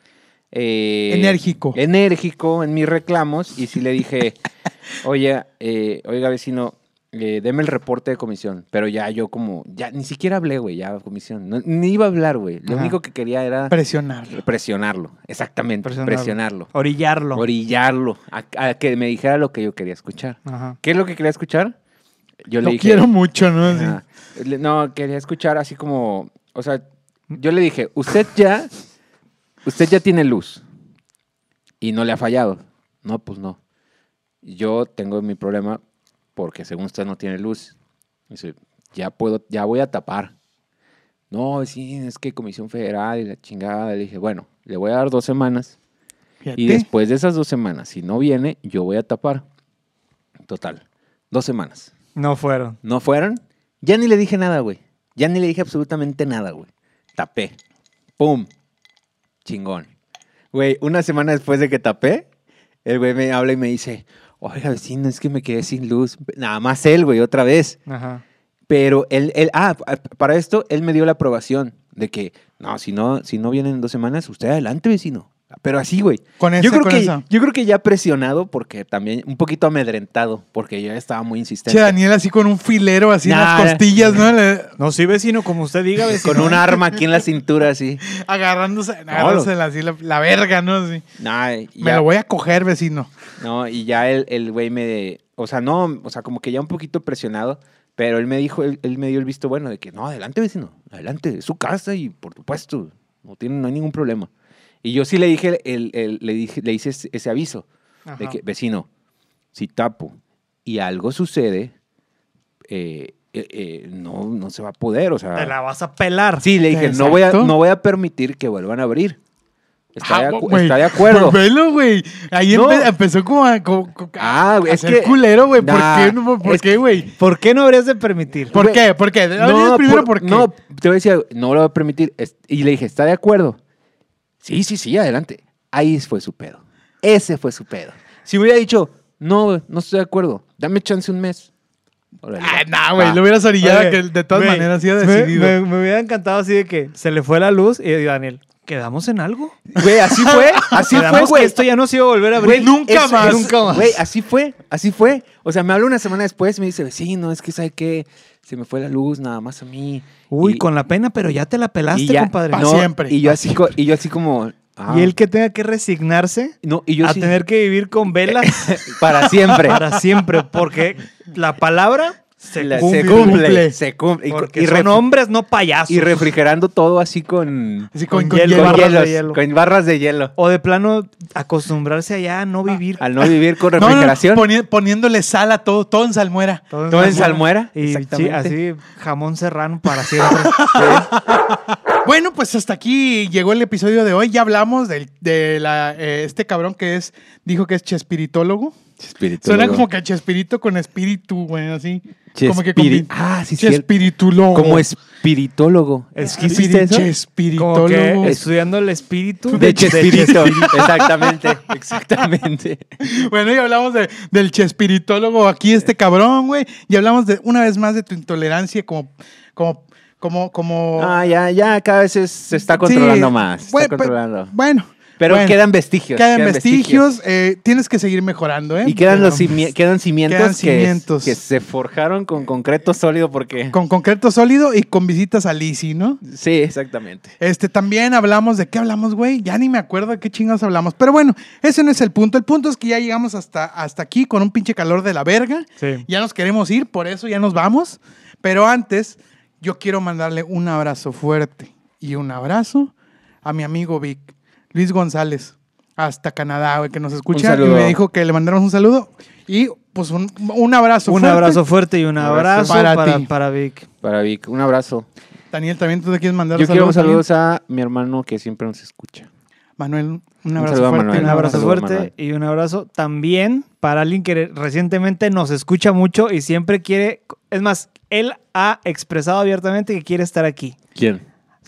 Speaker 2: eh,
Speaker 5: Enérgico.
Speaker 2: Enérgico en mis reclamos. Y sí le dije, oye, eh, oiga vecino, eh, deme el reporte de comisión. Pero ya yo como, ya ni siquiera hablé, güey, ya comisión. No- ni iba a hablar, güey. Lo
Speaker 6: Ajá.
Speaker 2: único que quería era
Speaker 5: Presionarlo.
Speaker 2: presionarlo. Exactamente,
Speaker 6: Presionarlo.
Speaker 2: presionarlo.
Speaker 6: Orillarlo.
Speaker 2: Orillarlo a- a que me dijera lo que yo quería escuchar.
Speaker 6: Ajá.
Speaker 2: ¿Qué es lo que quería escuchar? Yo
Speaker 5: Lo quiero mucho, ¿no? Así.
Speaker 2: Ajá. Le- No, quería escuchar así como, o sea, yo le dije, usted ya, usted ya tiene luz y no le ha fallado. No, pues no. Yo tengo mi problema porque según usted no tiene luz. Dice, ya puedo, ya voy a tapar. No, sí, es que Comisión Federal y la chingada. Le dije, bueno, le voy a dar dos semanas
Speaker 5: Fíjate.
Speaker 2: y después de esas dos semanas, si no viene, yo voy a tapar. Total, dos semanas.
Speaker 6: No fueron.
Speaker 2: ¿No fueron? Ya ni le dije nada, güey. Ya ni le dije absolutamente nada, güey. Tapé. ¡Pum! Chingón. Güey, una semana después de que tapé, el güey me habla y me dice, oiga, vecino, es que me quedé sin luz. Nada más él, güey, otra vez.
Speaker 6: Ajá.
Speaker 2: Pero él, él, ah, para esto, él me dio la aprobación de que, no, si no, si no vienen en dos semanas, usted adelante, vecino. Pero así, güey
Speaker 5: Con esa,
Speaker 2: yo, creo
Speaker 5: con
Speaker 2: que,
Speaker 5: esa.
Speaker 2: yo creo que ya presionado, porque también un poquito amedrentado, porque yo estaba muy insistente.
Speaker 5: Che, Daniel así con un filero así en las
Speaker 2: Nah.
Speaker 5: costillas, ¿no? Le-
Speaker 6: No, sí, vecino, como usted diga, vecino.
Speaker 2: Con un arma aquí en la cintura, así.
Speaker 5: agarrándose, agarrándosela así la, la verga, ¿no? Así.
Speaker 2: Nah, y
Speaker 5: Me
Speaker 2: ya-
Speaker 5: lo voy a coger, vecino.
Speaker 2: No, y ya el, el güey me... de- o sea, no, o sea, como que ya un poquito presionado, pero él me dijo, él, él me dio el visto bueno de que, no, adelante, vecino, adelante, es su casa y por supuesto, no, tiene, no hay ningún problema. Y yo sí le dije, el- el- le, dije le hice ese- ese aviso. De
Speaker 6: Ajá.
Speaker 2: que, vecino, si tapo y algo sucede, eh, eh, eh, no, no se va a poder. O sea,
Speaker 6: Te la vas a pelar.
Speaker 2: sí, le dije, no voy, a,
Speaker 5: Exacto.
Speaker 2: no voy a permitir que vuelvan a abrir. Está,
Speaker 5: Ah,
Speaker 2: de, acu-
Speaker 5: güey,
Speaker 2: está de acuerdo.
Speaker 5: Pues velo, güey. Ahí
Speaker 2: No.
Speaker 5: empe- empezó como a, como- como a-
Speaker 2: Ah,
Speaker 5: a
Speaker 2: güey, es
Speaker 5: ser
Speaker 2: que-
Speaker 5: culero, güey. ¿Por
Speaker 2: Nah,
Speaker 5: qué? no? ¿Por
Speaker 2: es
Speaker 5: qué, güey?
Speaker 6: ¿Por qué no habrías de permitir?
Speaker 5: ¿Por
Speaker 2: Güey,
Speaker 5: qué? ¿Por qué? No, primero, ¿por, qué?
Speaker 2: no, te voy a decir, algo, no lo voy a permitir. Es- Y le dije, ¿está de acuerdo? Sí, sí, sí, adelante. Ahí fue su pedo. Ese fue su pedo. Si hubiera dicho, no, no estoy de acuerdo, dame chance un mes. Órale,
Speaker 5: Ah,
Speaker 2: va.
Speaker 5: nah, güey.
Speaker 2: Va.
Speaker 5: Lo hubieras orillado
Speaker 6: Oye,
Speaker 5: que de todas
Speaker 6: güey,
Speaker 5: maneras iba
Speaker 6: me-
Speaker 5: decidido.
Speaker 6: Me, me hubiera encantado así de que se le fue la luz y Daniel, ¿Quedamos en algo?
Speaker 2: Güey, así fue. Así
Speaker 6: Quedamos
Speaker 2: fue,
Speaker 6: que
Speaker 2: güey.
Speaker 6: Esto ya no se iba a volver a
Speaker 2: Güey,
Speaker 6: abrir.
Speaker 5: Nunca
Speaker 2: es-
Speaker 5: más.
Speaker 2: es-
Speaker 6: Nunca más.
Speaker 2: Güey, así fue, así fue. O sea, me habló una semana después y me dice, sí, no, es que sabe qué, se me fue la luz nada más a mí.
Speaker 6: Uy,
Speaker 2: Y-
Speaker 6: con la pena, pero ya te la
Speaker 2: y
Speaker 6: pelaste,
Speaker 2: ya-
Speaker 6: compadre.
Speaker 5: Pa'
Speaker 2: no,
Speaker 5: siempre,
Speaker 2: Y yo
Speaker 5: pa'
Speaker 2: así, co- y yo así como... ah,
Speaker 6: Y el que tenga que resignarse
Speaker 2: no, y yo
Speaker 6: a
Speaker 2: sí,
Speaker 6: tener que vivir con velas
Speaker 2: Para siempre.
Speaker 6: para siempre, porque la palabra se
Speaker 2: La-
Speaker 6: cumple.
Speaker 5: cumple.
Speaker 2: Se cumple. Y co-
Speaker 6: Porque
Speaker 2: Y,
Speaker 6: son
Speaker 2: refri-
Speaker 6: hombres, no payasos.
Speaker 2: y refrigerando todo así con...
Speaker 5: Así con,
Speaker 6: Con
Speaker 5: con
Speaker 6: hielo.
Speaker 5: hielo.
Speaker 2: con
Speaker 6: barras de
Speaker 2: hielos,
Speaker 6: hielo.
Speaker 2: Con barras de hielo.
Speaker 6: o de plano, acostumbrarse allá a
Speaker 2: Ah,
Speaker 6: no vivir.
Speaker 2: Al no vivir con
Speaker 5: No, no,
Speaker 2: refrigeración.
Speaker 5: poni- poniéndole sal a todo, todo en salmuera.
Speaker 2: todo en salmuera,
Speaker 6: Y sí,
Speaker 2: exactamente.
Speaker 6: así, jamón serrano para siempre.
Speaker 5: Bueno, pues hasta aquí llegó el episodio de hoy. Ya hablamos del- de, la, eh, este cabrón que es dijo que es chespiritólogo. Suena como que chespirito con espíritu, güey, así. Como que
Speaker 2: Chespiri-
Speaker 5: combi-
Speaker 2: Ah, sí, cierto.
Speaker 5: Chespiritólogo.
Speaker 2: Como espiritólogo. ¿Es que hiciste eso?
Speaker 6: Como
Speaker 5: Chespiritólogo.
Speaker 6: que estudiando el espíritu
Speaker 2: De
Speaker 6: Chespirito.
Speaker 2: Chespirito. Exactamente, exactamente.
Speaker 5: Bueno, ya hablamos de- del chespiritólogo aquí, este cabrón, güey. Y hablamos de una vez más de tu intolerancia como, como, como, como.
Speaker 2: Ah, ya, ya, cada vez es- se está
Speaker 5: Oh. Sí.
Speaker 2: controlando más. se está
Speaker 5: Bueno, pe-
Speaker 2: controlando.
Speaker 5: Bueno.
Speaker 2: Pero
Speaker 5: bueno,
Speaker 2: quedan vestigios.
Speaker 5: quedan vestigios. eh, tienes que seguir mejorando, ¿eh?
Speaker 2: Y quedan, los
Speaker 5: Pero-
Speaker 2: cimi- quedan cimientos,
Speaker 5: quedan
Speaker 2: que-
Speaker 5: cimientos.
Speaker 2: Que, se forjaron con concreto sólido porque...
Speaker 5: Con concreto sólido y con visitas a Lisi, ¿no?
Speaker 2: Sí, exactamente.
Speaker 5: Este, también hablamos de qué hablamos, güey. Ya ni me acuerdo de qué chingados hablamos. Pero bueno, ese no es el punto. El punto es que ya llegamos hasta, hasta aquí con un pinche calor de la verga.
Speaker 6: Sí.
Speaker 5: Ya nos queremos ir, por eso ya nos vamos. Pero antes, yo quiero mandarle un abrazo fuerte y un abrazo a mi amigo Vic, Luis González, hasta Canadá, güey, que nos escucha. Y
Speaker 2: saludo.
Speaker 5: me dijo que le mandáramos un saludo y pues un, un abrazo
Speaker 6: Un
Speaker 5: fuerte.
Speaker 6: abrazo fuerte y un abrazo,
Speaker 5: abrazo para
Speaker 6: para,
Speaker 5: ti.
Speaker 6: para Vic.
Speaker 2: Para Vic, un abrazo.
Speaker 5: Daniel, también tú te quieres mandar
Speaker 2: Yo quiero
Speaker 5: también?
Speaker 2: saludos a mi hermano que siempre nos escucha.
Speaker 5: Manuel, un abrazo
Speaker 2: saludo a
Speaker 5: fuerte.
Speaker 2: Manuel.
Speaker 5: y
Speaker 6: Un abrazo
Speaker 2: saludo,
Speaker 6: fuerte
Speaker 2: Manuel.
Speaker 6: y un abrazo también para alguien que recientemente nos escucha mucho y siempre quiere, es más, él ha expresado abiertamente que quiere estar aquí.
Speaker 2: ¿Quién?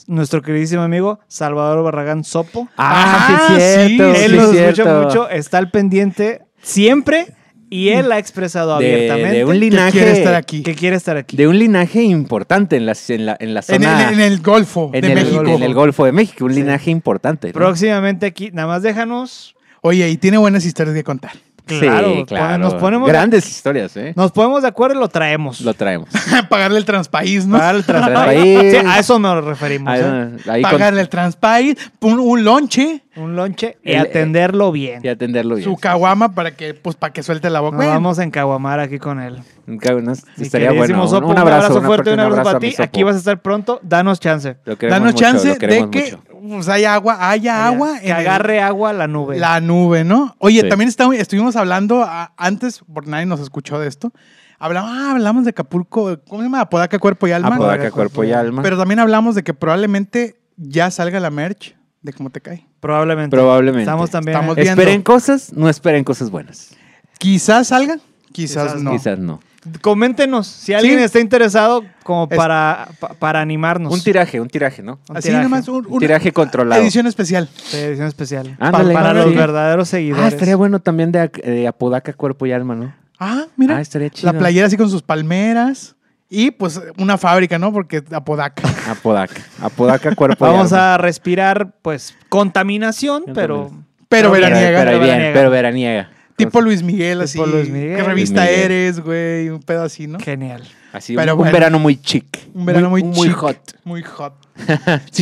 Speaker 6: Nuestro queridísimo amigo Salvador Barragán Sopo.
Speaker 2: Ah, sí,
Speaker 5: Ah,
Speaker 2: es
Speaker 5: sí,
Speaker 2: cierto.
Speaker 5: sí,
Speaker 6: él
Speaker 2: es
Speaker 6: nos
Speaker 2: cierto.
Speaker 6: escucha mucho, está al pendiente siempre y él ha expresado
Speaker 2: De-
Speaker 6: abiertamente
Speaker 2: de un
Speaker 5: Que
Speaker 2: linaje.
Speaker 5: quiere estar aquí.
Speaker 6: que quiere estar aquí.
Speaker 2: De un linaje importante en la, en la, en la
Speaker 5: En
Speaker 2: zona.
Speaker 5: el, en el Golfo
Speaker 2: en
Speaker 5: de
Speaker 2: el-
Speaker 5: México.
Speaker 2: en el Golfo de México. Un linaje importante. ¿no?
Speaker 6: Próximamente aquí, nada más déjanos.
Speaker 5: Oye, y tiene buenas historias que contar.
Speaker 2: Sí,
Speaker 6: Claro, nos ponemos-
Speaker 2: Grandes historias, ¿eh?
Speaker 6: Nos ponemos de acuerdo y lo traemos.
Speaker 2: Lo traemos.
Speaker 5: Pagarle el transpaís, ¿no?
Speaker 6: Para el trans-
Speaker 2: Ahí-
Speaker 6: Sí, a eso nos referimos.
Speaker 2: Ahí-
Speaker 6: ¿eh?
Speaker 2: ahí con-
Speaker 5: Pagarle el transpaís, un, un lonche,
Speaker 6: Un lonche y
Speaker 2: El- eh,
Speaker 6: atenderlo bien.
Speaker 2: y atenderlo bien.
Speaker 5: su caguama para que, pues, para que suelte la boca.
Speaker 6: Nos
Speaker 5: Bueno,
Speaker 6: vamos a encaguamar aquí con él.
Speaker 2: Un ca- no,
Speaker 6: Mi
Speaker 2: estaría
Speaker 6: queridísimo
Speaker 2: bueno.
Speaker 6: Sopo,
Speaker 2: un, un abrazo, una
Speaker 6: fuerte,
Speaker 2: fuerte,
Speaker 6: un abrazo para
Speaker 2: a mi
Speaker 6: ti.
Speaker 2: Sopo.
Speaker 6: Aquí vas a estar pronto. Danos chance.
Speaker 2: Lo queremos
Speaker 5: danos
Speaker 2: mucho,
Speaker 5: chance
Speaker 2: lo
Speaker 5: de
Speaker 2: queremos
Speaker 5: que
Speaker 2: mucho.
Speaker 5: pues, haya agua, haya agua
Speaker 6: que
Speaker 5: en el-
Speaker 6: agarre agua la nube.
Speaker 5: la nube, ¿no? Oye,
Speaker 2: Sí.
Speaker 5: también está- estuvimos hablando a- antes, por nadie nos escuchó de esto. Hablamos, ah, hablamos de Acapulco, ¿cómo se llama? Apodaca, cuerpo y alma.
Speaker 2: Apodaca, cuerpo y alma.
Speaker 5: Pero también hablamos de que probablemente ya salga la merch de cómo te cae.
Speaker 6: Probablemente.
Speaker 2: Probablemente.
Speaker 6: Estamos también.
Speaker 5: Estamos
Speaker 6: ¿eh?
Speaker 5: bien.
Speaker 2: Esperen cosas, no esperen cosas buenas.
Speaker 5: Quizás salga, quizás,
Speaker 6: Quizás
Speaker 5: no.
Speaker 2: Quizás no.
Speaker 6: Eh, Coméntenos si alguien está interesado como
Speaker 5: Es-
Speaker 6: para, pa- para animarnos.
Speaker 2: Un tiraje, un tiraje, ¿no?
Speaker 6: Un
Speaker 5: Así
Speaker 6: tiraje.
Speaker 5: nomás, un,
Speaker 2: Un tiraje controlado.
Speaker 5: edición especial.
Speaker 6: Sí, edición especial. Pa-
Speaker 2: Ándale,
Speaker 6: para
Speaker 2: ándale.
Speaker 6: los verdaderos seguidores.
Speaker 2: Ah, estaría bueno también de, ac- de Apodaca, cuerpo y alma, ¿no?
Speaker 5: Ah, mira.
Speaker 2: Ah, estaría chido.
Speaker 5: la playera así con sus palmeras. Y pues una fábrica, ¿no? Porque Apodaca.
Speaker 2: Apodaca. Apodaca, cuerpo
Speaker 6: Vamos
Speaker 2: y alma.
Speaker 6: a respirar, pues, contaminación, pero.
Speaker 2: Contaminación.
Speaker 5: Pero
Speaker 2: Pero,
Speaker 6: Pero
Speaker 5: veraniega.
Speaker 2: pero ahí
Speaker 6: pero
Speaker 2: bien,
Speaker 6: veraniega.
Speaker 2: pero veraniega.
Speaker 5: tipo Luis Miguel, así.
Speaker 6: Tipo Luis Miguel.
Speaker 5: ¿Qué revista
Speaker 2: Luis Miguel.
Speaker 5: eres, güey? Un pedo así, ¿no?
Speaker 6: Genial.
Speaker 2: Así,
Speaker 5: Pero
Speaker 2: un, un
Speaker 5: bueno.
Speaker 2: verano muy chic.
Speaker 5: Un verano muy,
Speaker 2: Muy
Speaker 5: chic,
Speaker 2: hot.
Speaker 5: Muy hot. Sin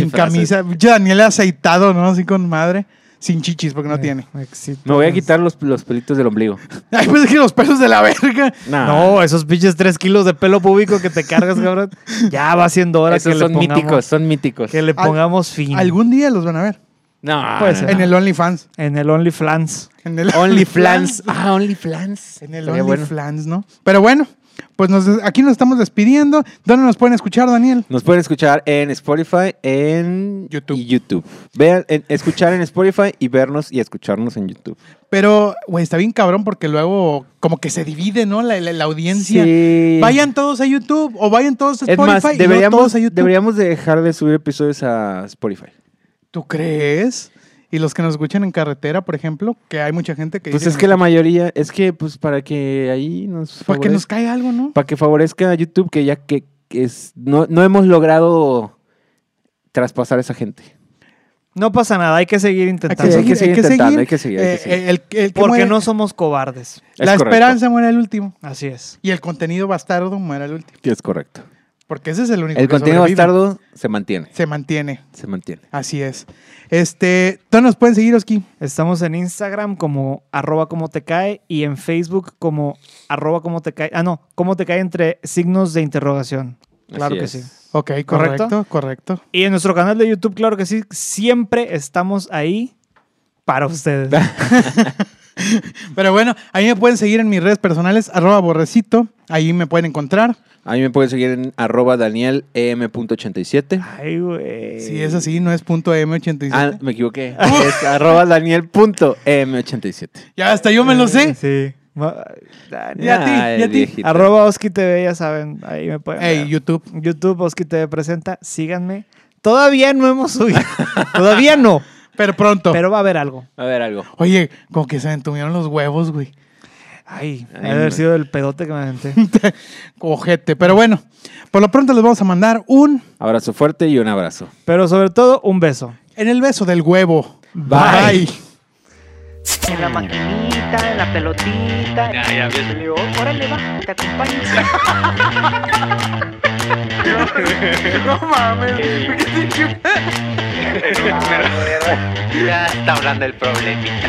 Speaker 2: Sin frases.
Speaker 5: camisa. Yo, Daniel aceitado, ¿no? Así con madre. Sin chichis, porque no
Speaker 2: Eh.
Speaker 5: tiene.
Speaker 6: Me excito.
Speaker 2: Me voy a quitar los, los pelitos del ombligo.
Speaker 5: Ay, pues es que los pelos de la verga.
Speaker 2: Nah.
Speaker 6: No, esos pinches tres kilos de pelo público que te cargas, cabrón. Ya va siendo hora
Speaker 2: Esos
Speaker 6: que le
Speaker 2: son
Speaker 6: pongamos,
Speaker 2: míticos, son míticos.
Speaker 6: que le pongamos fin.
Speaker 5: Algún día los van a ver.
Speaker 2: No,
Speaker 6: Puede
Speaker 2: no,
Speaker 6: ser.
Speaker 2: no.
Speaker 5: En el OnlyFans.
Speaker 6: En el OnlyFans.
Speaker 5: En el
Speaker 2: OnlyFans. Ah, OnlyFans.
Speaker 5: En el
Speaker 2: Estaría bueno.
Speaker 5: OnlyFans, ¿no? Pero bueno, pues nos, aquí nos estamos despidiendo. ¿Dónde nos pueden escuchar, Daniel?
Speaker 2: Nos pueden escuchar en Spotify, en
Speaker 5: YouTube.
Speaker 2: y YouTube. Vean, en- escuchar en Spotify y vernos y escucharnos en YouTube.
Speaker 5: Pero, güey, está bien cabrón porque luego como que se divide, ¿no? La, la- la audiencia.
Speaker 2: Sí.
Speaker 5: Vayan todos a YouTube o vayan todos a
Speaker 2: Es
Speaker 5: Spotify.
Speaker 2: más,
Speaker 5: y luego
Speaker 2: deberíamos,
Speaker 5: todos a YouTube.
Speaker 2: deberíamos de dejar de subir episodios a Spotify.
Speaker 5: ¿Tú crees? Y los que nos escuchan en carretera, por ejemplo, que hay mucha gente que
Speaker 2: Pues
Speaker 5: dice, "Pues,
Speaker 2: es que la mayoría, es que pues para que ahí nos
Speaker 5: Para que nos
Speaker 2: favorezca,
Speaker 5: caiga algo, ¿no?
Speaker 2: para que favorezca a YouTube que ya que que es no, no hemos logrado traspasar a esa gente.
Speaker 6: No pasa nada, hay que seguir intentando.
Speaker 2: seguir, hay que seguir, hay que seguir, hay que
Speaker 5: Eh,
Speaker 2: seguir.
Speaker 5: el- el que
Speaker 6: Porque
Speaker 5: muere-
Speaker 6: no somos cobardes.
Speaker 2: Es
Speaker 5: La
Speaker 2: correcto.
Speaker 5: esperanza muere al último.
Speaker 6: Así es.
Speaker 5: Y el contenido bastardo muere al último.
Speaker 2: Sí, es correcto.
Speaker 5: Porque ese es el único
Speaker 2: El
Speaker 5: que
Speaker 2: contenido
Speaker 5: sobrevive.
Speaker 2: bastardo se mantiene.
Speaker 5: Se mantiene.
Speaker 2: Se mantiene.
Speaker 5: Así es. Este, ¿Dónde nos pueden seguir, Oski?
Speaker 6: Estamos en Instagram como arroba como te cae y en Facebook como arroba como te cae. Ah, no, como te cae entre signos de interrogación. Claro
Speaker 2: Así
Speaker 6: que
Speaker 2: es.
Speaker 6: sí.
Speaker 5: Ok, correcto, correcto.
Speaker 6: Y en nuestro canal de YouTube, claro que sí, siempre estamos ahí para ustedes.
Speaker 5: Pero bueno, ahí me pueden seguir en mis redes personales, arroba borrecito. Ahí me pueden encontrar.
Speaker 2: A mí me pueden seguir en arroba E danielem.87.
Speaker 6: Ay, güey.
Speaker 5: Si es así, no es punto M87.
Speaker 2: Ah, me equivoqué. Es arroba E daniel.em87.
Speaker 5: ya hasta yo me lo sé.
Speaker 6: eh, Sí. Ma- Dani.
Speaker 5: Ya a ti,
Speaker 2: Ay,
Speaker 5: ya a ti.
Speaker 2: viejito.
Speaker 6: Arroba Oski TV, ya saben, ahí me pueden
Speaker 5: Ey,
Speaker 6: ver.
Speaker 5: YouTube.
Speaker 6: YouTube, Oski TV presenta, síganme. Todavía no hemos subido, todavía no,
Speaker 5: Pero pronto.
Speaker 6: pero va a haber algo.
Speaker 2: A ver algo.
Speaker 5: Oye, como que se me entumieron los huevos, güey.
Speaker 6: Ay,
Speaker 2: Ay,
Speaker 6: debe haber
Speaker 2: hombre.
Speaker 6: sido el pedote que me aventé.
Speaker 5: Ojete. Pero bueno, por lo pronto les vamos a mandar un
Speaker 2: Abrazo fuerte y un abrazo.
Speaker 6: Pero sobre todo, un beso.
Speaker 5: en el beso del huevo.
Speaker 2: Bye.
Speaker 5: Bye.
Speaker 3: En la maquinita, en la pelotita.
Speaker 4: Ya, ya, ya se ligó.
Speaker 3: Órale, va, te acompaño.
Speaker 4: Ya está hablando el problemita.